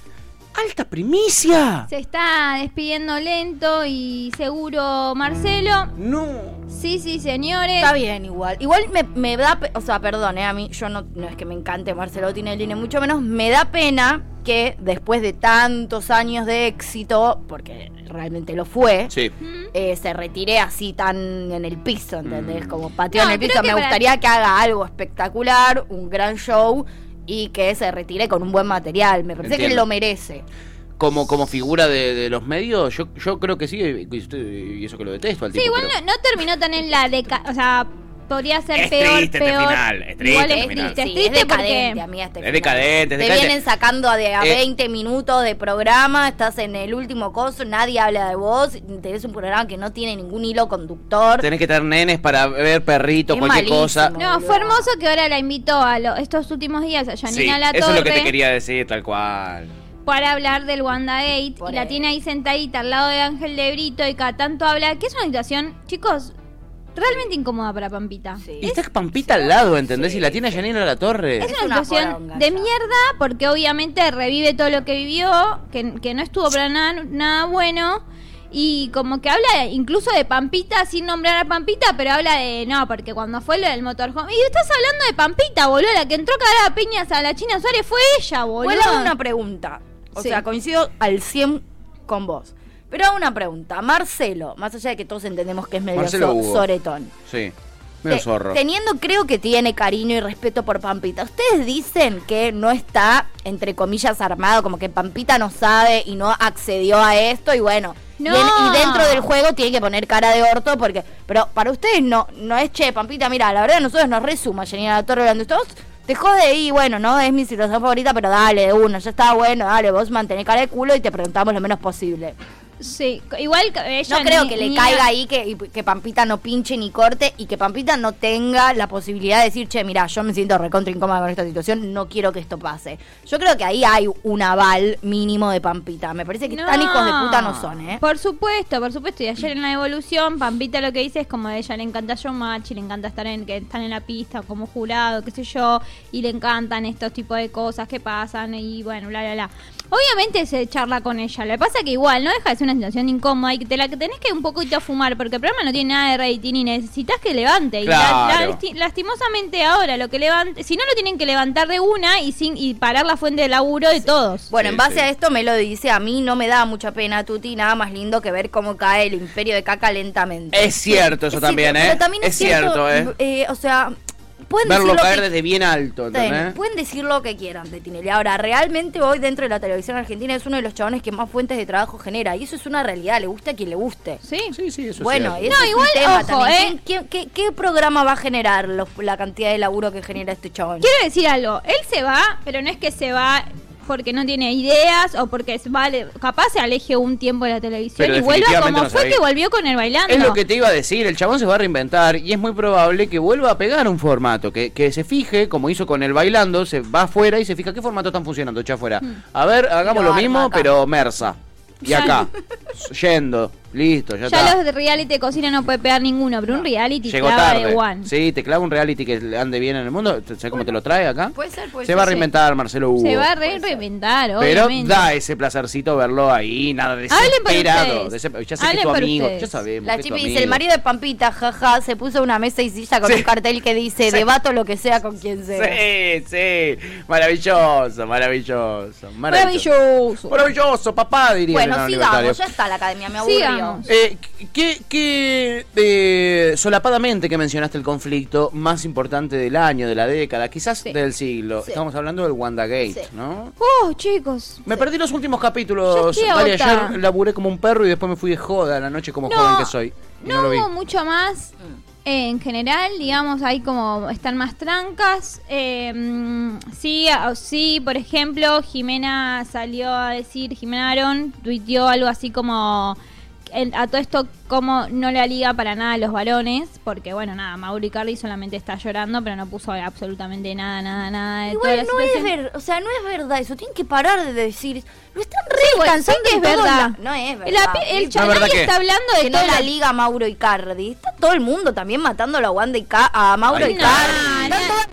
S2: ¡Alta primicia!
S3: Se está despidiendo lento y seguro Marcelo.
S2: No.
S3: Sí, sí, señores.
S4: Está bien, igual. Igual me, me da. pe- O sea, perdón, eh, a mí. Yo no, no es que me encante Marcelo Tinelli, ni mucho menos. Me da pena que después de tantos años de éxito, porque realmente lo fue.
S2: Sí.
S4: eh, se retire así tan en el piso, ¿entendés?
S2: Mm.
S4: Como pateó
S3: No,
S4: en el
S3: creo
S4: piso.
S3: que
S4: Me
S3: para-
S4: gustaría que haga algo espectacular, un gran show y que se retire con un buen material. Me parece que
S2: Entiendo.
S4: lo merece.
S2: Como, como figura de, de los medios, yo, yo creo que sí, y- y y eso que lo detesto al
S3: Sí,
S2: tipo,
S3: igual
S2: pero-
S3: no, no terminó tan en la deca... O sea, podría ser peor,
S2: este
S3: peor. igual es triste, es
S4: sí,
S3: triste porque...
S4: decadente, amiga, este
S2: Es
S4: final.
S2: decadente, es
S4: Te
S2: decadente.
S4: vienen sacando a, de, a
S2: Eh.
S4: 20 minutos de programa, estás en el último coso, nadie habla de vos, tenés un programa que no tiene ningún hilo conductor.
S2: Tenés que tener nenes para ver perritos,
S4: Es
S2: cualquier
S4: malísimo.
S2: cosa.
S3: No, fue hermoso que ahora la invitó a lo- estos últimos días a
S2: Sí,
S3: Janina La
S2: eso es lo que te
S3: Torre
S2: quería decir, tal cual.
S3: para hablar del Wanda Gate
S4: Por
S3: y la
S4: ahí.
S3: tiene ahí sentadita al lado de Ángel de Brito y cada tanto habla, que es una situación, chicos, realmente incómoda para Pampita.
S4: Sí.
S2: Y está Pampita al lado, ¿entendés? y la tiene Janina La Torre.
S3: Es
S4: Es
S3: una
S4: una
S3: situación
S4: poronga
S3: de
S4: ya.
S3: mierda porque obviamente revive todo lo que vivió, que, que no estuvo para nada, nada bueno. Y como que habla incluso de Pampita, sin nombrar a Pampita, pero habla de no, porque cuando fue lo del motorhome. Y estás hablando de Pampita, boludo. La que entró a a piñas a la China Suárez fue ella, boludo.
S4: Bueno, hago una pregunta. O
S3: Sí.
S4: sea, coincido al 100 con vos. Pero hago una pregunta. Marcelo, más allá de que todos entendemos que es medio
S2: Marcelo
S4: so-
S2: Hugo.
S4: soretón.
S2: Sí. Medio
S4: Te-
S2: zorro.
S4: Teniendo, creo que tiene cariño y respeto por Pampita. Ustedes dicen que no está, entre comillas, armado, como que Pampita no sabe y no accedió a esto y bueno.
S3: No.
S4: Y, en- y dentro del juego tiene que poner cara de orto porque... Pero para ustedes no, no es, che, Pampita, mira, la verdad a nosotros nos resuma, Janina La Torre hablando. Vos te jode y bueno, no es mi situación favorita, pero dale, de una, ya está bueno, dale, vos mantenés cara de culo y te preguntamos lo menos posible.
S3: Sí, igual que ella.
S4: No creo
S3: ni-
S4: que le
S3: ni
S4: caiga
S3: la-
S4: ahí que, y que Pampita no pinche ni corte y que Pampita no tenga la posibilidad de decir, che, mira, yo me siento recontra incómoda con esta situación, no quiero que esto pase. Yo creo que ahí hay un aval mínimo de Pampita. Me parece que tan hijos de puta no son, ¿eh?
S3: Por supuesto, por supuesto. Y ayer en la evolución, Pampita lo que dice es como a ella le encanta John Machi, le encanta estar en, que están en la pista como jurado, qué sé yo, y le encantan estos tipos de cosas que pasan y bueno, bla, bla, bla. Obviamente se charla con ella. Lo que pasa que igual no deja de ser una situación incómoda y que te la que tenés que un poquito fumar porque el programa no tiene nada de rating y necesitas que levante. Y la- la-
S2: Claro.
S3: lasti- lastimosamente ahora lo que levante, si no lo tienen que levantar de una y sin y parar la fuente de laburo de todos.
S4: Bueno,
S2: Sí,
S4: en base
S2: sí.
S4: a esto me lo dice, a mí no me da mucha pena, Tuti, nada más lindo que ver cómo cae el imperio de caca lentamente.
S2: Es cierto eso
S4: Es
S2: también,
S4: cierto,
S2: ¿eh?
S4: pero también
S2: es cierto, ¿eh?
S4: eh, o sea, pueden decir
S2: Verlo
S4: lo
S2: caer
S4: que
S2: desde bien alto,
S4: Pueden,
S2: ¿entendés?
S4: pueden decir lo que quieran de Tinelli. Ahora, realmente hoy dentro de la televisión argentina es uno de los chabones que más fuentes de trabajo genera. Y eso es una realidad, le gusta a quien le guste.
S3: Sí.
S2: Sí, sí, eso
S4: bueno,
S2: es
S4: ese
S2: cierto.
S4: es un
S3: igual,
S4: tema
S3: ojo,
S4: también.
S3: eh.
S4: ¿Quién- qué, qué- qué programa va a generar los- la cantidad de laburo que genera este chabón?
S3: Quiero decir algo, él se va, pero no es que se va porque no tiene ideas o porque es vale, capaz se aleje un tiempo de la televisión
S2: Pero
S3: y vuelva
S2: definitivamente
S3: como
S2: no se va
S3: fue
S2: a ir.
S3: que volvió con el bailando.
S2: Es lo que te iba a decir, el chabón se va a reinventar y es muy probable que vuelva a pegar un formato, que, que se fije, como hizo con el bailando, se va afuera y se fija qué formato están funcionando, ya afuera. A ver, hagamos
S4: Hmm.
S2: lo
S4: Lo arma
S2: mismo,
S4: acá.
S2: pero Mersa. Y acá, yendo, listo, ya,
S3: ya
S2: está.
S3: los de reality de cocina no puede pegar ninguno, pero un reality
S2: Llegó
S3: clava
S2: tarde.
S3: de one.
S2: Sí, te clava un reality que ande bien en el mundo, ¿sabes cómo te lo trae acá?
S4: Puede ser, puede
S2: se
S4: ser,
S2: va a
S4: pues, sí.
S2: reinventar Marcelo Hugo.
S3: se va a re reventar,
S2: Uh. Pero
S3: obviamente.
S2: da ese placercito verlo ahí, nada
S3: Hablen por
S2: desesperado.
S3: ustedes.
S2: desesper- ya sé que
S3: Hablen
S2: es tu
S3: por
S2: amigo,
S3: ustedes.
S2: ya sabemos.
S4: La
S2: que es tu
S4: chipi dice, el
S2: amigo".
S4: marido de Pampita, jaja, se puso una mesa y silla con
S2: Sí.
S4: un cartel que
S2: Sí.
S4: dice, debato lo que sea con quien sea.
S2: Sí, sí. Maravilloso, maravilloso. Maravilloso.
S3: Maravilloso.
S2: Maravilloso, papá, diría.
S4: Bueno,
S2: Leonardo
S4: sigamos, ya
S2: Libertario.
S4: está la academia, me aburrió.
S3: Sigamos.
S2: Eh, ¿Qué, qué eh, solapadamente que mencionaste el conflicto más importante del año, de la década, quizás
S4: Sí.
S2: del siglo?
S4: Sí.
S2: Estamos hablando del WandaGate,
S4: Sí.
S2: ¿no?
S3: Oh, chicos.
S2: Me perdí los últimos capítulos.
S3: Yo estoy
S2: Dale,
S3: agotada.
S2: ayer laburé como un perro y después me fui de joda a la noche como
S3: No,
S2: joven que soy. Y
S3: No,
S2: no lo vi.
S3: hubo mucho más
S4: Mm.
S3: eh, en general, digamos, hay como están más trancas. eh, mm, sí, a- sí, por ejemplo, Jimena salió a decir, Jimena Aaron tuiteó algo así como en- a todo esto como no la liga para nada a los varones, porque bueno, nada, Mauro Cardi solamente está llorando, pero no puso absolutamente nada, nada, nada de toda la
S4: Igual no es,
S3: situación.
S4: ver, o sea, no es verdad eso. Tienen que parar de decir. Lo están re
S3: Sí, bueno, sé
S4: cansando
S3: que
S4: en
S3: es
S4: todos
S3: verdad.
S4: la- No es verdad.
S3: La pe- el
S4: Sí,
S3: chat
S2: No es verdad
S3: nadie
S2: que-
S3: está hablando de
S4: que no
S3: todo
S4: la
S3: lo-
S4: liga a Mauro Icardi. Está todo el mundo también matándolo a Wanda Ica- a Mauro
S2: Ay,
S4: Icardi.
S3: no,
S4: Están
S3: no.
S4: todos-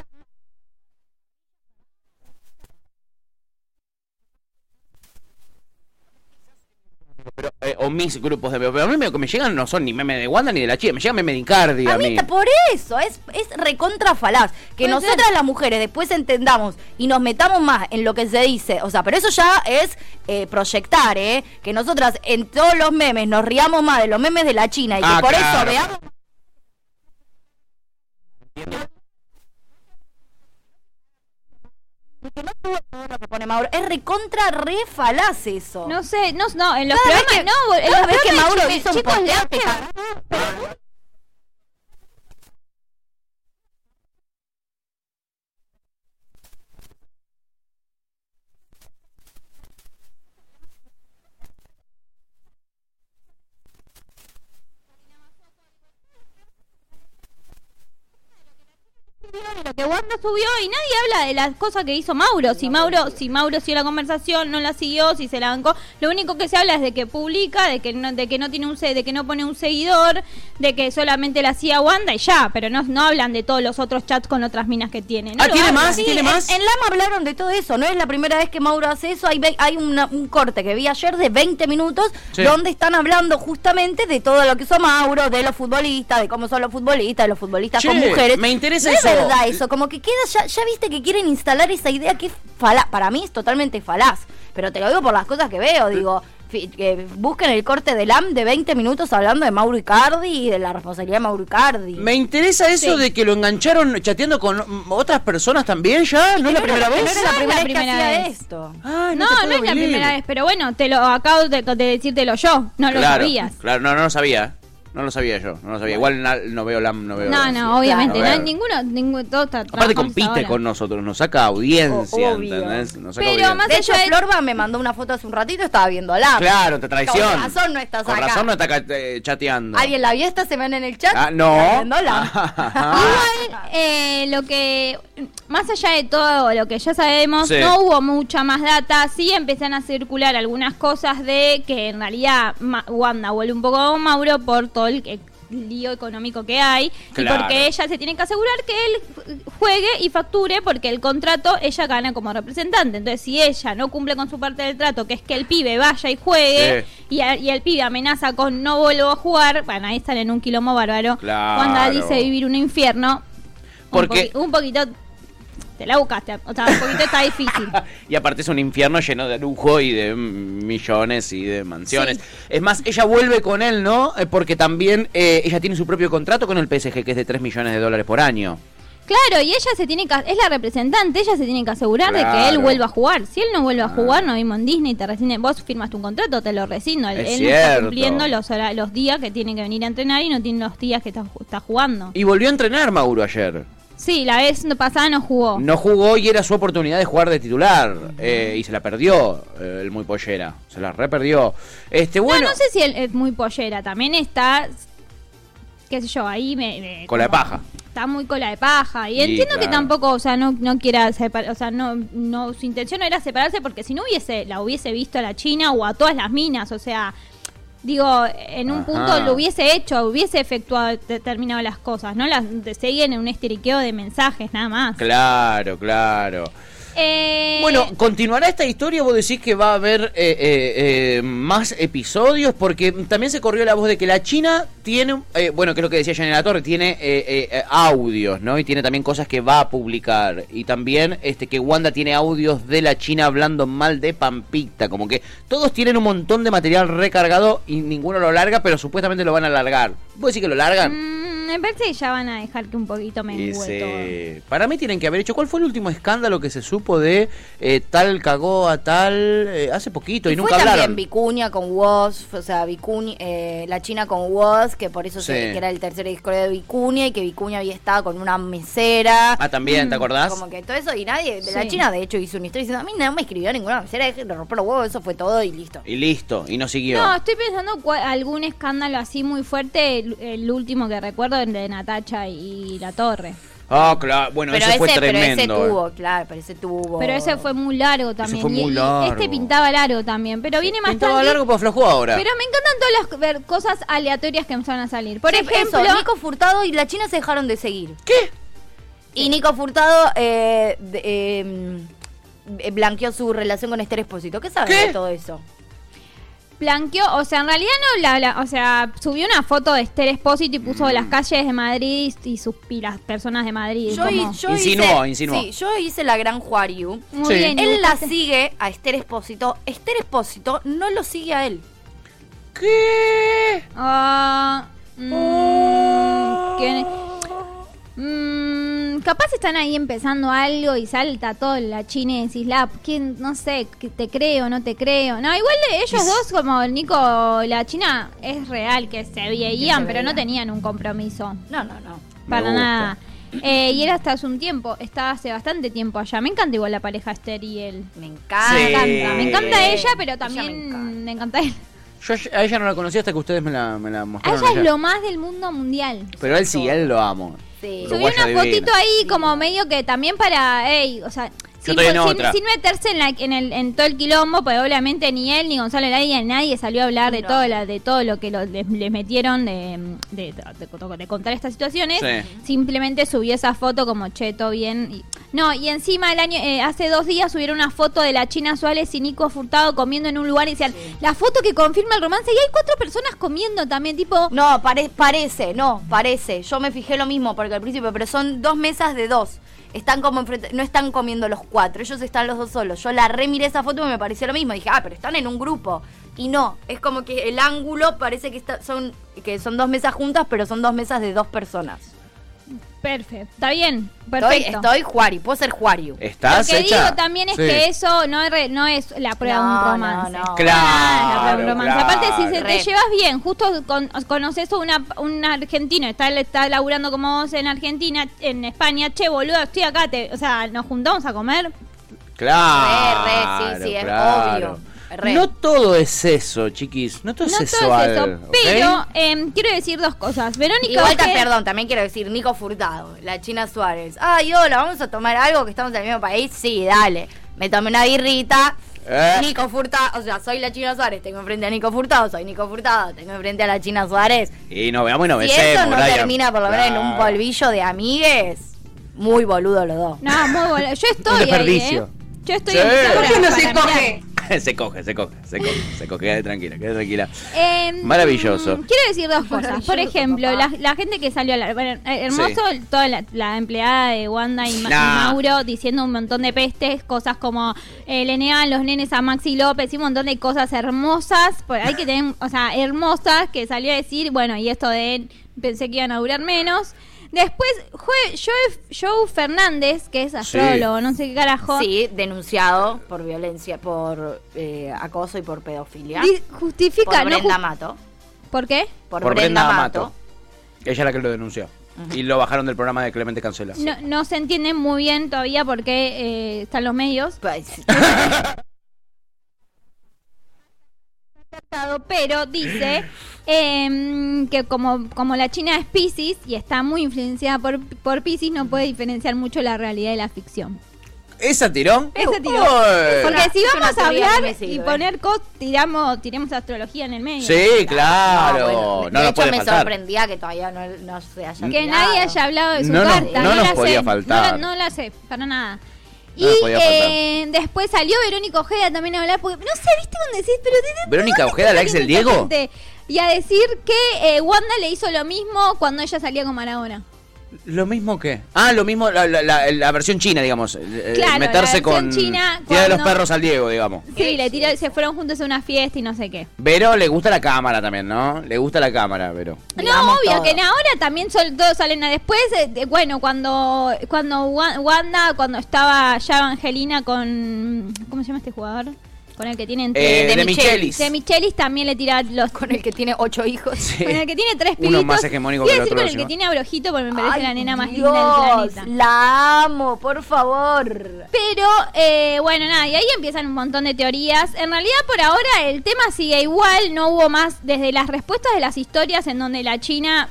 S2: Pero, eh, o mis grupos de memes. Pero a mí me- que me llegan no son ni meme de Wanda ni de la chica, me llegan meme de Incardi a,
S4: A mí está por eso, es, es recontra falaz. Que
S3: Puede
S4: nosotras las mujeres después entendamos y nos metamos más en lo que se dice. O sea, pero eso ya es eh, proyectar, ¿eh? Que nosotras en todos los memes nos riamos más de los memes de la China y que
S2: Ah,
S4: por eso
S2: claro.
S4: veamos. Y que no estuvo todo lo que pone Mauro. Es recontra re falaz eso.
S3: No sé, no, no, en los
S4: Cada vez
S3: programas,
S4: que-
S3: no, bol- en
S4: cada
S3: los
S4: vez que
S3: programas de
S4: Mauro
S3: Chime-
S4: hizo un
S3: chicos,
S4: posteo,
S3: la-
S4: te cagás.
S3: lo que Wanda subió y nadie habla de las cosas que hizo Mauro. Si Mauro, si Mauro siguió la conversación, no la siguió, si se la bancó. Lo único que se habla es de que publica, de que no, de que no tiene un se- de que no pone un seguidor, de que solamente la hacía Wanda y ya, pero no, no hablan de todos los otros chats con otras minas que tiene. No
S2: Ah,
S3: lo
S2: ¿tiene
S3: hablan.
S2: más?
S4: Sí,
S2: ¿Tiene
S4: en,
S2: más?
S4: en Lama hablaron de todo eso. No es la primera vez que Mauro hace eso. Hay, ve- hay una- un corte que vi ayer de 20 minutos
S2: Sí.
S4: donde están hablando justamente de todo lo que hizo Mauro, de los futbolistas, de cómo son los futbolistas, de los futbolistas
S2: Che,
S4: con mujeres.
S2: me interesa
S4: No
S2: eso.
S4: Es verdad eso. Como que queda, ya, ya viste que quieren instalar esa idea que es falaz. Para mí es totalmente falaz. Pero te lo digo por las cosas que veo. Digo. fi- que busquen el corte de LAM de 20 minutos hablando de Mauro Icardi y de la responsabilidad de Mauro Icardi.
S2: Me interesa eso
S3: Sí.
S2: de que lo engancharon chateando con mm, otras personas también ya, ¿no es la primera
S4: No
S2: vez?
S4: era
S3: No
S4: la
S3: es la
S4: primera,
S3: primera
S4: vez que hacía
S3: vez.
S4: esto.
S2: Ah, te
S3: No, no,
S2: puedo
S3: es la
S2: creer.
S3: primera vez, pero bueno, te lo acabo de, de decírtelo yo, no lo
S2: claro,
S3: sabías.
S2: Claro, no, no lo sabía. No lo sabía yo, no lo sabía. Igual na- no veo la no veo.
S3: No,
S2: sí.
S3: no, obviamente,
S2: A
S3: no,
S2: ver.
S3: ninguno, ninguno, todos tra-
S2: Aparte
S3: trabajamos
S2: compite
S3: ahora.
S2: con nosotros, nos saca audiencia,
S4: O- obvio.
S2: ¿entendés? Nos saca
S3: Pero
S2: audiencia.
S3: más-
S4: De hecho,
S3: allá de-
S4: Florba me mandó una foto hace un ratito, estaba viendo a la.
S2: Claro, te traición.
S4: Con razón no estás
S2: Con
S4: acá.
S2: razón no está ca- eh, chateando.
S4: ¿Alguien la vio esta semana en el chat?
S2: Ah, no. Ah.
S4: Está viendo Lab.
S3: Igual, eh, lo que, más allá de todo lo que ya sabemos,
S2: Sí.
S3: no hubo mucha más data. Sí empiezan a circular algunas cosas de que en realidad Ma- Wanda vuelve un poco a Mauro por todo el que- lío económico que hay
S2: Claro.
S3: y porque ella se tiene que asegurar que él juegue y facture porque el contrato ella gana como representante entonces si ella no cumple con su parte del trato que es que el pibe vaya y juegue y, a- y el pibe amenaza con no vuelvo a jugar bueno ahí están en un quilombo bárbaro
S2: Claro.
S3: Wanda dice vivir un infierno.
S2: Porque-
S3: Un, poqui- un poquito. Te la buscaste. O sea, un poquito está difícil.
S2: Y aparte es un infierno lleno de lujo y de mm, millones y de mansiones.
S3: Sí.
S2: Es más, ella vuelve con él, ¿no? Eh, Porque también eh, ella tiene su propio contrato con el PSG, que es de 3 millones de dólares por año.
S3: Claro, y ella se tiene que. Es la representante, ella se tiene que asegurar de que él
S2: Claro. Ah.
S3: vuelva a jugar. Si él no vuelve a jugar, no vimos en Disney, te rescinde. Vos firmaste un contrato, te lo rescindo. Él,
S2: Es
S3: él no está
S2: cierto.
S3: cumpliendo los, hora- los días que tiene que venir a entrenar y no tiene los días que está, ju- está jugando.
S2: Y volvió a entrenar Mauro ayer.
S3: Sí, la vez pasada no jugó.
S2: No jugó y era su oportunidad de jugar de titular. eh, y se la perdió eh, el muy pollera. Se la reperdió. Este, bueno.
S3: Ah, no, no sé si él es muy pollera. También está. qué sé yo, ahí me. me-
S2: Cola de
S3: como-
S2: paja.
S3: Está muy cola de paja. Y,
S2: Y,
S3: entiendo que
S2: claro.
S3: tampoco, o sea, no, no quiera separar. O sea, no, no, su intención no era separarse porque si no hubiese. La hubiese visto a la China o a todas las minas. O sea. Digo, en un
S2: Ajá.
S3: punto lo hubiese hecho, hubiese efectuado determinado las cosas, ¿no? Las de- seguían en un esteriqueo de mensajes, nada más.
S2: Claro, claro.
S3: Eh,
S2: Bueno, ¿continuará esta historia? ¿Vos decís que va a haber eh, eh, eh, más episodios? Porque también se corrió la voz de que la China tiene, eh, bueno, que es lo que decía Janela Torre, tiene eh, eh, eh, audios, ¿no? Y tiene también cosas que va a publicar. Y también este que Wanda tiene audios de la China hablando mal de Pampita. Como que todos tienen un montón de material recargado y ninguno lo larga, pero supuestamente lo van a largar. ¿Vos decís que lo largan?
S3: mm, me parece que ya van a dejar que un poquito me
S2: Y
S3: engüe
S2: se-
S3: todo.
S2: Para mí tienen que haber hecho. ¿Cuál fue el último escándalo que se supo de eh, tal cagó a tal eh, hace poquito y,
S4: fue
S2: nunca hablaron?
S4: también Vicuña con Woz, o sea, Vicuña, eh, la China con Woz, que por eso se,
S2: Sí.
S4: que era el tercer disco de Vicuña y que Vicuña había estado con una mesera.
S2: Ah, también, ¿te acordás?
S4: Como que todo eso, y nadie, de la
S3: Sí.
S4: China de hecho hizo una historia diciendo, a mí no me escribió ninguna mesera, dejen de romper los huevos, eso fue todo y listo.
S2: Y listo, y no siguió.
S3: No, estoy pensando cua- algún escándalo así muy fuerte, el, el último que recuerdo el de Natacha y La Torre.
S2: Ah, claro, bueno,
S4: pero,
S2: eso
S4: ese,
S2: fue
S4: pero
S2: tremendo.
S4: ese
S2: eh.
S4: tuvo, claro, pero ese tuvo.
S3: Pero ese fue muy largo también.
S2: fue
S3: y-
S2: muy
S3: y
S2: largo.
S3: este pintaba largo también, pero viene más
S2: Pintaba
S3: tarde.
S2: largo pero aflojó ahora.
S3: Pero me encantan todas las ver- cosas aleatorias que empezaron a salir. Por
S4: Sí,
S3: ejemplo,
S4: eso, Nico Furtado y la China se dejaron de seguir. ¿Qué? Y Nico Furtado eh, de- eh, eh, blanqueó su relación con Esther Espósito. ¿Qué sabes
S2: ¿Qué?
S4: de todo eso?
S3: blanqueó, o sea, en realidad no la, la- o sea, subió una foto de Esther Espósito y
S2: Mm.
S3: puso las calles de Madrid y sus y las personas de Madrid. como-
S2: Insinuó, insinuó.
S4: Sí, yo hice la gran Juariu.
S3: Muy
S2: Sí.
S3: bien. y
S4: Él la
S3: buscaste-
S4: sigue a Esther Espósito. Esther Espósito no lo sigue a él.
S2: ¿Qué?
S3: Ah, mm, ¿quién es? Mm, capaz están ahí empezando algo y salta todo la china y decís, la, ¿quién? No sé, que te creo, no te creo. No, igual de ellos dos, como el Nico, la china, es real que se veían, pero no tenían un compromiso.
S4: No, no, no.
S2: Me
S3: Para
S2: gusta.
S3: nada. Eh, y era hasta hace un tiempo, estaba hace bastante tiempo allá. Me encanta igual la pareja Esther y él.
S4: Me encanta.
S2: Sí.
S3: Me encanta, me encanta ella, pero
S4: Eh, Ella
S3: también
S4: me encanta.
S3: me encanta él.
S2: Yo a ella no la conocía hasta que ustedes me la, me la
S3: A
S2: mostraron.
S3: ella es
S2: ayer.
S3: lo más del mundo mundial.
S2: Pero él sí, él lo amo.
S4: Sí, Sí.
S3: Subí
S2: Uruguaya
S3: una
S2: divina.
S3: fotito ahí como medio que también para, ey, o sea, sin,
S2: estoy en
S3: sin-
S2: otra.
S3: sin meterse en, la- en el, en todo el quilombo, pues obviamente ni él, ni Gonzalo Heredia, nadie salió a hablar de,
S4: No.
S3: todo la, de todo lo que lo- les, les metieron de, de- de- de contar estas situaciones.
S2: Sí.
S3: Simplemente subió esa foto como cheto bien. y- no, y encima el año eh, hace dos días subieron una foto de la China Suárez y Nico Furtado comiendo en un lugar y decían, la foto que confirma el romance y hay cuatro personas comiendo también, tipo...
S4: No, pare- parece, no, parece. Yo me fijé lo mismo porque al principio, pero son dos mesas de dos. Están como enfrente, no están comiendo los cuatro, ellos están los dos solos. Yo la remiré esa foto y me pareció lo mismo. Dije, ah, pero están en un grupo. Y no, es como que el ángulo parece que está- son, que son dos mesas juntas, pero son dos mesas de dos personas.
S3: Perfecto, está bien,
S4: Estoy,
S3: perfecto.
S4: estoy Juari, puedo ser Juario.
S2: ¿Estás
S3: Lo que
S2: hecha?
S3: digo también es
S2: Sí.
S3: que eso no es, re- no es la prueba de
S4: No,
S3: un
S4: no,
S3: romance.
S4: no.
S3: Ah, la prueba de
S2: Claro,
S3: un romance. Aparte, si se
S4: Re.
S3: te llevas bien, justo con, conoces a una, un argentino, está, está laburando como vos en Argentina, en España, che, boludo, estoy acá, te, o sea, nos juntamos a comer.
S2: Claro,
S4: Re, re, sí, sí, es
S2: claro.
S4: obvio, re.
S2: No todo es eso, chiquis. No todo
S3: No todo
S2: es
S3: es
S2: sexual.
S3: eso,
S2: ¿ok?
S3: pero em, quiero decir dos cosas. Verónica
S4: Igual, ta-
S3: Ojeda-
S4: perdón, también quiero decir, Nico Furtado, la China Suárez. Ay, hola, vamos a tomar algo que estamos en el mismo país. Sí, dale. Me tomé una birrita.
S2: Eh.
S4: Nico Furtado, o sea, soy la China Suárez, tengo enfrente a Nico Furtado, soy Nico Furtado, tengo enfrente a la China Suárez.
S2: Y nos veamos y nos
S4: si
S2: besemos,
S4: eso no
S2: Brian.
S4: termina por lo menos en un
S2: Claro.
S4: polvillo de amigues, muy boludo los dos.
S3: No, muy boludo. Yo
S2: Un
S3: estoy ahí,
S2: desperdicio.
S3: ¿eh? Yo estoy
S2: Sí.
S3: en esa
S2: ¿Por
S3: hora
S5: qué no se
S3: para mirar.
S5: coge?
S2: se coge, se coge, se coge, se coge. Quédate tranquila, quédate tranquila.
S3: Eh,
S2: Maravilloso.
S3: mm, Quiero decir dos cosas. Por
S4: Maravilloso,
S3: ejemplo, la,
S4: papá.
S3: la gente que salió a la. bueno, eh, hermoso,
S2: Sí.
S3: toda la, la empleada de Wanda y, Ma- y
S2: Nah.
S3: Mauro diciendo un montón de pestes, cosas como el NA, los nenes a Maxi López y un montón de cosas hermosas. por- hay que tener, o sea, hermosas que salió a decir, bueno, y esto de pensé que iban a durar menos. Después, Joe, Joe, Joe Fernández, que es astrólogo, no sé qué carajo.
S4: Sí, denunciado por violencia, por eh, acoso y por pedofilia.
S3: di- Justifica,
S4: Por
S3: no
S4: Brenda
S3: ju-
S4: Mato.
S3: ¿Por qué?
S4: Por, Brenda, Mato.
S2: Ella es la que lo denunció. Y lo bajaron del programa de Clemente Cancela.
S3: No, no se entiende muy bien todavía por qué eh, están los medios.
S4: Pues,
S3: Pero dice em, que como, como la China es Pisces y está muy influenciada por, por Pisces, no puede diferenciar mucho la realidad de la ficción.
S2: ¿Esa tirón?
S3: Ese tirón.
S2: Uy.
S3: Porque
S4: una-
S3: si
S4: es una
S3: vamos a
S4: teoría que
S3: hablar
S4: me sirve.
S3: y poner cos, tiramos, tiremos astrología en el medio.
S2: Sí, claro. No,
S4: bueno, de
S2: no
S4: hecho,
S2: puede
S4: me
S2: faltar.
S4: sorprendía que todavía no, no se haya
S3: Que
S4: tirado.
S3: nadie haya hablado de su
S2: No nos-
S3: carta.
S2: no nos
S3: la
S2: podía
S3: sé,
S2: faltar.
S3: No, la- no la sé, para nada. Y
S2: No nos podía
S3: eh, después salió Verónica Ojeda también a hablar, porque no sé, ¿viste cuando decís? Pero ¿de- de- de
S2: ¿Verónica
S3: dónde
S2: Ojeda, la ex
S3: está
S2: del
S3: saliendo esta
S2: Diego?
S3: gente? Y a decir que eh, Wanda le hizo lo mismo cuando ella salía con Maradona.
S2: ¿Lo mismo que Ah, lo mismo, la, la- la- la versión china, digamos. eh,
S3: Claro,
S2: meterse
S3: la versión
S2: con.
S3: china,
S2: Tira de los
S3: cuando-
S2: perros al Diego, digamos.
S3: Sí, le tiró, se fueron juntos a una fiesta y no sé qué.
S2: Vero le gusta la cámara también, ¿no? Le gusta la cámara, Vero.
S3: no,
S4: Digamos
S3: obvio
S4: todo.
S3: que en ahora también sol- todos salen a después. eh, de- bueno, cuando cuando Wa- Wanda, cuando estaba ya Evangelina con. ¿Cómo se llama este jugador? Con el que tiene entre-
S2: Eh,
S4: de
S2: de
S4: Michelis.
S2: Michelis.
S3: De Michelis también le tira los.
S4: Con el que tiene ocho hijos.
S2: Sí.
S3: Con el que tiene tres
S2: Uno
S3: pibitos.
S2: más hegemónico
S3: Iba
S2: que el
S3: a decir
S2: otro,
S3: con el
S2: si
S3: que
S2: no.
S3: tiene abrojitos porque me parece
S4: Ay,
S3: la nena más
S4: Dios,
S3: linda del planeta.
S4: La amo, por favor.
S3: Pero, eh, bueno, nada, y ahí empiezan un montón de teorías. En realidad, por ahora, el tema sigue igual. No hubo más desde las respuestas de las historias en donde la China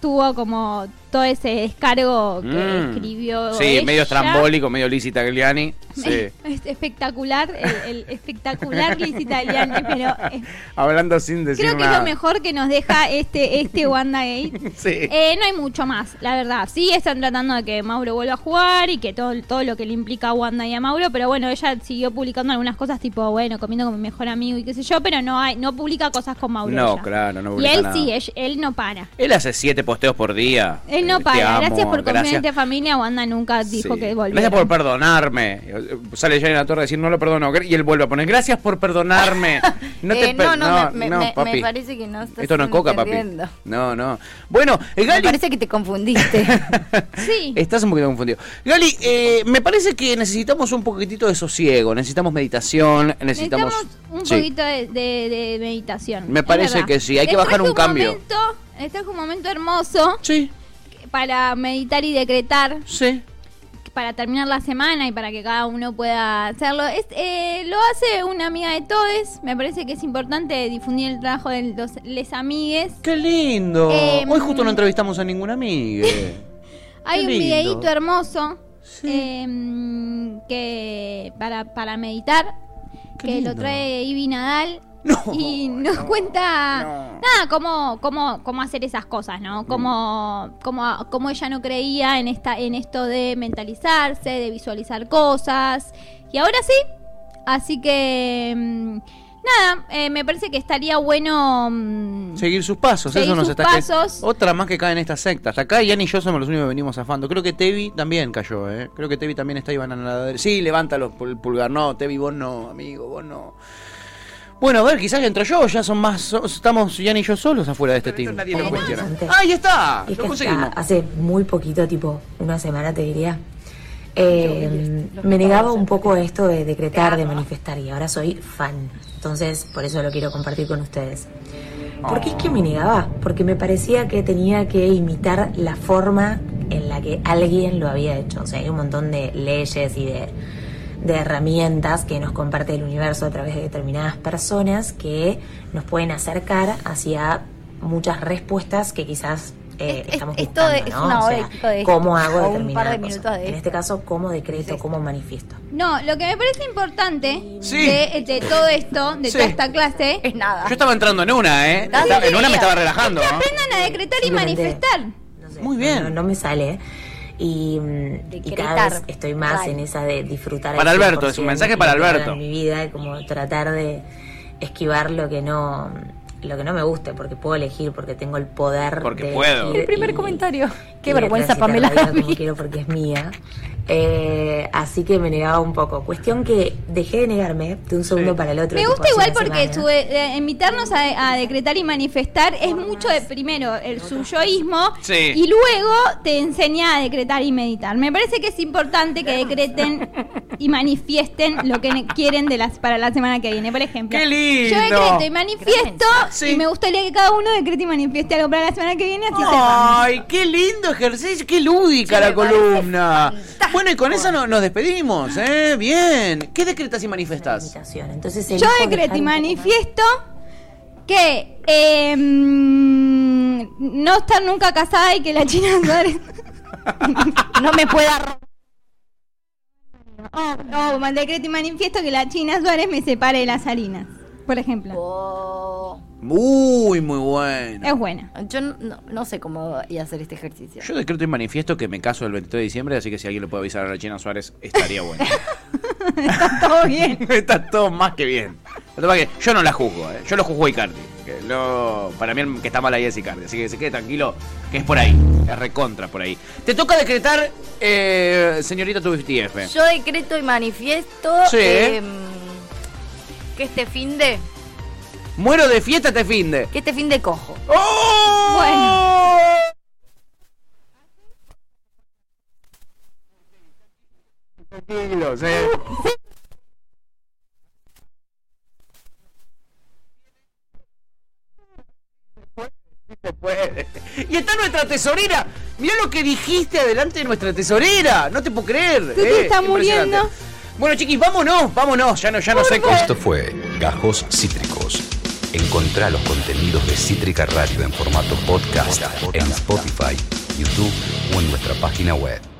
S3: tuvo como todo ese descargo que
S2: Mm.
S3: escribió.
S2: Sí, medio
S3: ella.
S2: estrambólico, medio Lizzy Tagliani. Sí.
S3: Es espectacular, el, el espectacular Liz Italiani, pero eh,
S2: Hablando sin decir
S3: creo que es
S2: nada.
S3: lo mejor que nos deja este, este WandaGate.
S2: Sí.
S3: Eh, no hay mucho más, la verdad. Sí, están tratando de que Mauro vuelva a jugar y que todo, todo lo que le implica a Wanda y a Mauro, pero bueno, ella siguió publicando algunas cosas tipo, bueno, comiendo con mi mejor amigo y qué sé yo, pero no hay, no publica cosas con Mauro.
S2: No,
S3: ella.
S2: claro, no
S3: Y
S2: publica
S3: él
S2: nada.
S3: sí, él, él no para.
S2: Él hace siete posteos por día.
S3: Él no
S2: Eh, te
S3: para.
S2: amo,
S3: Gracias por
S2: gracias.
S3: conveniente familia. Wanda nunca dijo
S2: Sí.
S3: que volviera.
S2: Gracias por perdonarme. Eh, Sale Jenny la torre a decir no lo perdono. Y él vuelve a poner gracias por perdonarme. No te
S4: Eh,
S2: per-
S4: no, no, me- me- me- me
S2: papi.
S4: parece que no estás
S2: Esto no es coca, papi.
S4: entendiendo.
S2: No, no. Bueno, eh,
S4: Me
S2: Gali.
S4: parece que te confundiste.
S3: Sí.
S2: Estás un poquito confundido. Gali, eh, me parece que necesitamos un poquitito de sosiego, necesitamos meditación, necesitamos...
S3: Necesitamos un
S2: Sí.
S3: poquito de, de- de meditación.
S2: Me
S3: es
S2: parece
S3: verdad.
S2: que sí, hay que
S3: Les
S2: bajar
S3: traje
S2: un cambio.
S3: Momento, les traje un momento hermoso
S2: Sí,
S3: para meditar y decretar.
S2: sí.
S3: para terminar la semana y para que cada uno pueda hacerlo. Es, eh, lo hace una amiga de todos. Me parece que es importante difundir el trabajo de los les amigues.
S2: Qué lindo.
S3: Em,
S2: Hoy justo no entrevistamos a ningún amigo.
S3: Hay un
S5: Qué lindo.
S3: videíto hermoso em, que para, para meditar,
S5: Qué
S3: que lo
S5: lindo.
S3: trae Ibi Nadal. y nos cuenta nada, cómo, cómo, cómo hacer esas cosas,
S5: Mm.
S3: ¿no? Cómo, cómo, cómo ella no creía en esta, en esto de mentalizarse, de visualizar cosas. Y ahora sí. Así que mm, nada, eh, me parece que estaría bueno mm,
S5: Seguir sus pasos,
S3: Seguir
S5: eso nos
S3: sus
S5: está que-
S3: pasos.
S5: Otra más que cae en esta secta. Hasta acá Ian y yo somos los únicos que venimos zafando. Creo que Tevi también cayó, ¿eh? Creo que Tevi también está Iván a la derecha. Sí, levántalo, el pulgar. No, Tevi, vos no, amigo, vos no. Bueno, a ver, quizás ya entro yo, ya son más. so- estamos Ian y yo solos afuera de este
S2: Pero esto
S5: team.
S2: nadie lo
S5: Por cuestión.
S6: cuestiona.
S2: Ahí está,
S6: Es
S2: lo
S6: que
S2: conseguimos.
S6: hasta hace muy poquito, tipo una semana te diría, eh, me negaba un poco a esto de decretar, de manifestar y ahora soy fan. Entonces, por eso lo quiero compartir con ustedes. ¿Por qué es que me negaba? Porque me parecía que tenía que imitar la forma en la que alguien lo había hecho. O sea, hay un montón de leyes y de, de herramientas que nos comparte el universo a través de determinadas personas que nos pueden acercar hacia muchas respuestas que quizás eh,
S4: Es- es-
S6: estamos
S4: esto de-
S6: buscando,
S4: es
S6: ¿no?
S4: una
S6: O
S4: hora
S6: sea,
S4: y pico de esto,
S6: ¿Cómo hago
S4: o un par de
S6: determinada
S4: minutos
S6: cosa?
S4: de
S6: En este
S4: esto.
S6: caso, ¿cómo decreto?
S4: Es esto.
S6: ¿Cómo manifiesto?
S3: No, lo que me parece importante
S2: Sí.
S3: de, de todo esto, de
S2: Sí.
S3: toda esta clase,
S4: Es nada.
S2: Yo estaba entrando en una, ¿eh? Estaba-
S4: Dale,
S2: en
S4: querida.
S2: una me estaba relajando.
S3: que
S2: ¿no?
S3: aprendan a decretar y
S6: Simplemente-
S3: manifestar.
S6: No sé,
S5: Muy bien.
S6: No, no me sale. Y, mm, y cada
S4: Decretar.
S6: vez estoy más
S4: Vale.
S6: en esa de disfrutar. al
S2: Para Alberto, es un
S6: 100%
S2: mensaje para
S6: y disfrutar
S2: Alberto.
S6: de Mi vida y como tratar de esquivar lo que no lo que no me guste porque puedo elegir porque tengo el poder
S2: Porque
S6: de
S2: puedo.
S6: elegir
S4: El primer
S6: y-
S4: comentario. Qué
S6: y de
S4: vergüenza,
S6: transitar
S4: Pamela
S6: la vida como
S4: Davi.
S6: quiero porque es mía Eh, así que me negaba un poco cuestión que dejé de negarme de un segundo para el otro
S3: Me
S6: tipo,
S3: gusta
S6: hace
S3: igual
S6: una
S3: porque
S6: semana.
S3: su, eh, invitarnos a, a decretar y manifestar es mucho de primero el suyoísmo
S2: Sí.
S3: y luego te enseña a decretar y meditar. Me parece que es importante que decreten y manifiesten lo que ne- quieren de las para la semana que viene, por ejemplo.
S2: ¡Qué lindo!
S3: Yo decreto y manifiesto
S2: Sí.
S3: y me gustaría que cada uno decrete y manifieste algo para la semana que viene, así
S2: Oh.
S3: se
S5: Ay, qué lindo ejercicio, qué lúdica
S4: Sí,
S5: la
S4: me parece
S5: columna.
S4: fantástico.
S5: Bueno, y con eso no- nos despedimos, ¿eh? Bien. ¿Qué decretas y
S6: Una
S5: manifestas?
S6: limitación. entonces
S3: Yo
S6: elijo
S3: decreto
S6: dejar
S3: y
S6: un poco más.
S3: manifiesto que eh, mm, no estar nunca casada y que la China Suárez-
S4: No me pueda ro-
S3: Oh, oh, mal decreto y manifiesto que la China Suárez me separe de las harinas, por ejemplo.
S4: Oh.
S5: Muy, muy bueno.
S3: Es buena.
S4: Yo no, no sé cómo ir a hacer este ejercicio.
S2: Yo decreto y manifiesto que me caso el 23 de diciembre, así que si alguien le puede avisar a la China Suárez, estaría bueno.
S3: Está todo bien.
S2: Está todo más que bien. Lo que pasa es que Yo no la juzgo, ¿eh? yo lo juzgo a Icardi. Que no- para mí el que está mal ahí es Icardi, así que se quede tranquilo que es por ahí, es recontra por ahí. Te toca decretar, eh, señorita Tubiftief.
S4: Yo decreto y manifiesto
S5: Sí.
S4: em, que este fin de
S5: Muero de fiesta este fin de.
S4: que este fin de cojo.
S3: Bueno.
S2: Tranquilos, eh. Se puede. Y está nuestra tesorera. Mirá lo que dijiste adelante de nuestra tesorera. No te puedo creer. eh.
S3: Tuti está
S2: impresionante.
S3: muriendo.
S2: Bueno, chiquis, vámonos, vámonos. Ya no, ya no sé cómo.
S1: Esto fue Gajos Cítricos. Encontrá los contenidos de Cítrica Radio en formato podcast en Spotify, YouTube o en nuestra página web.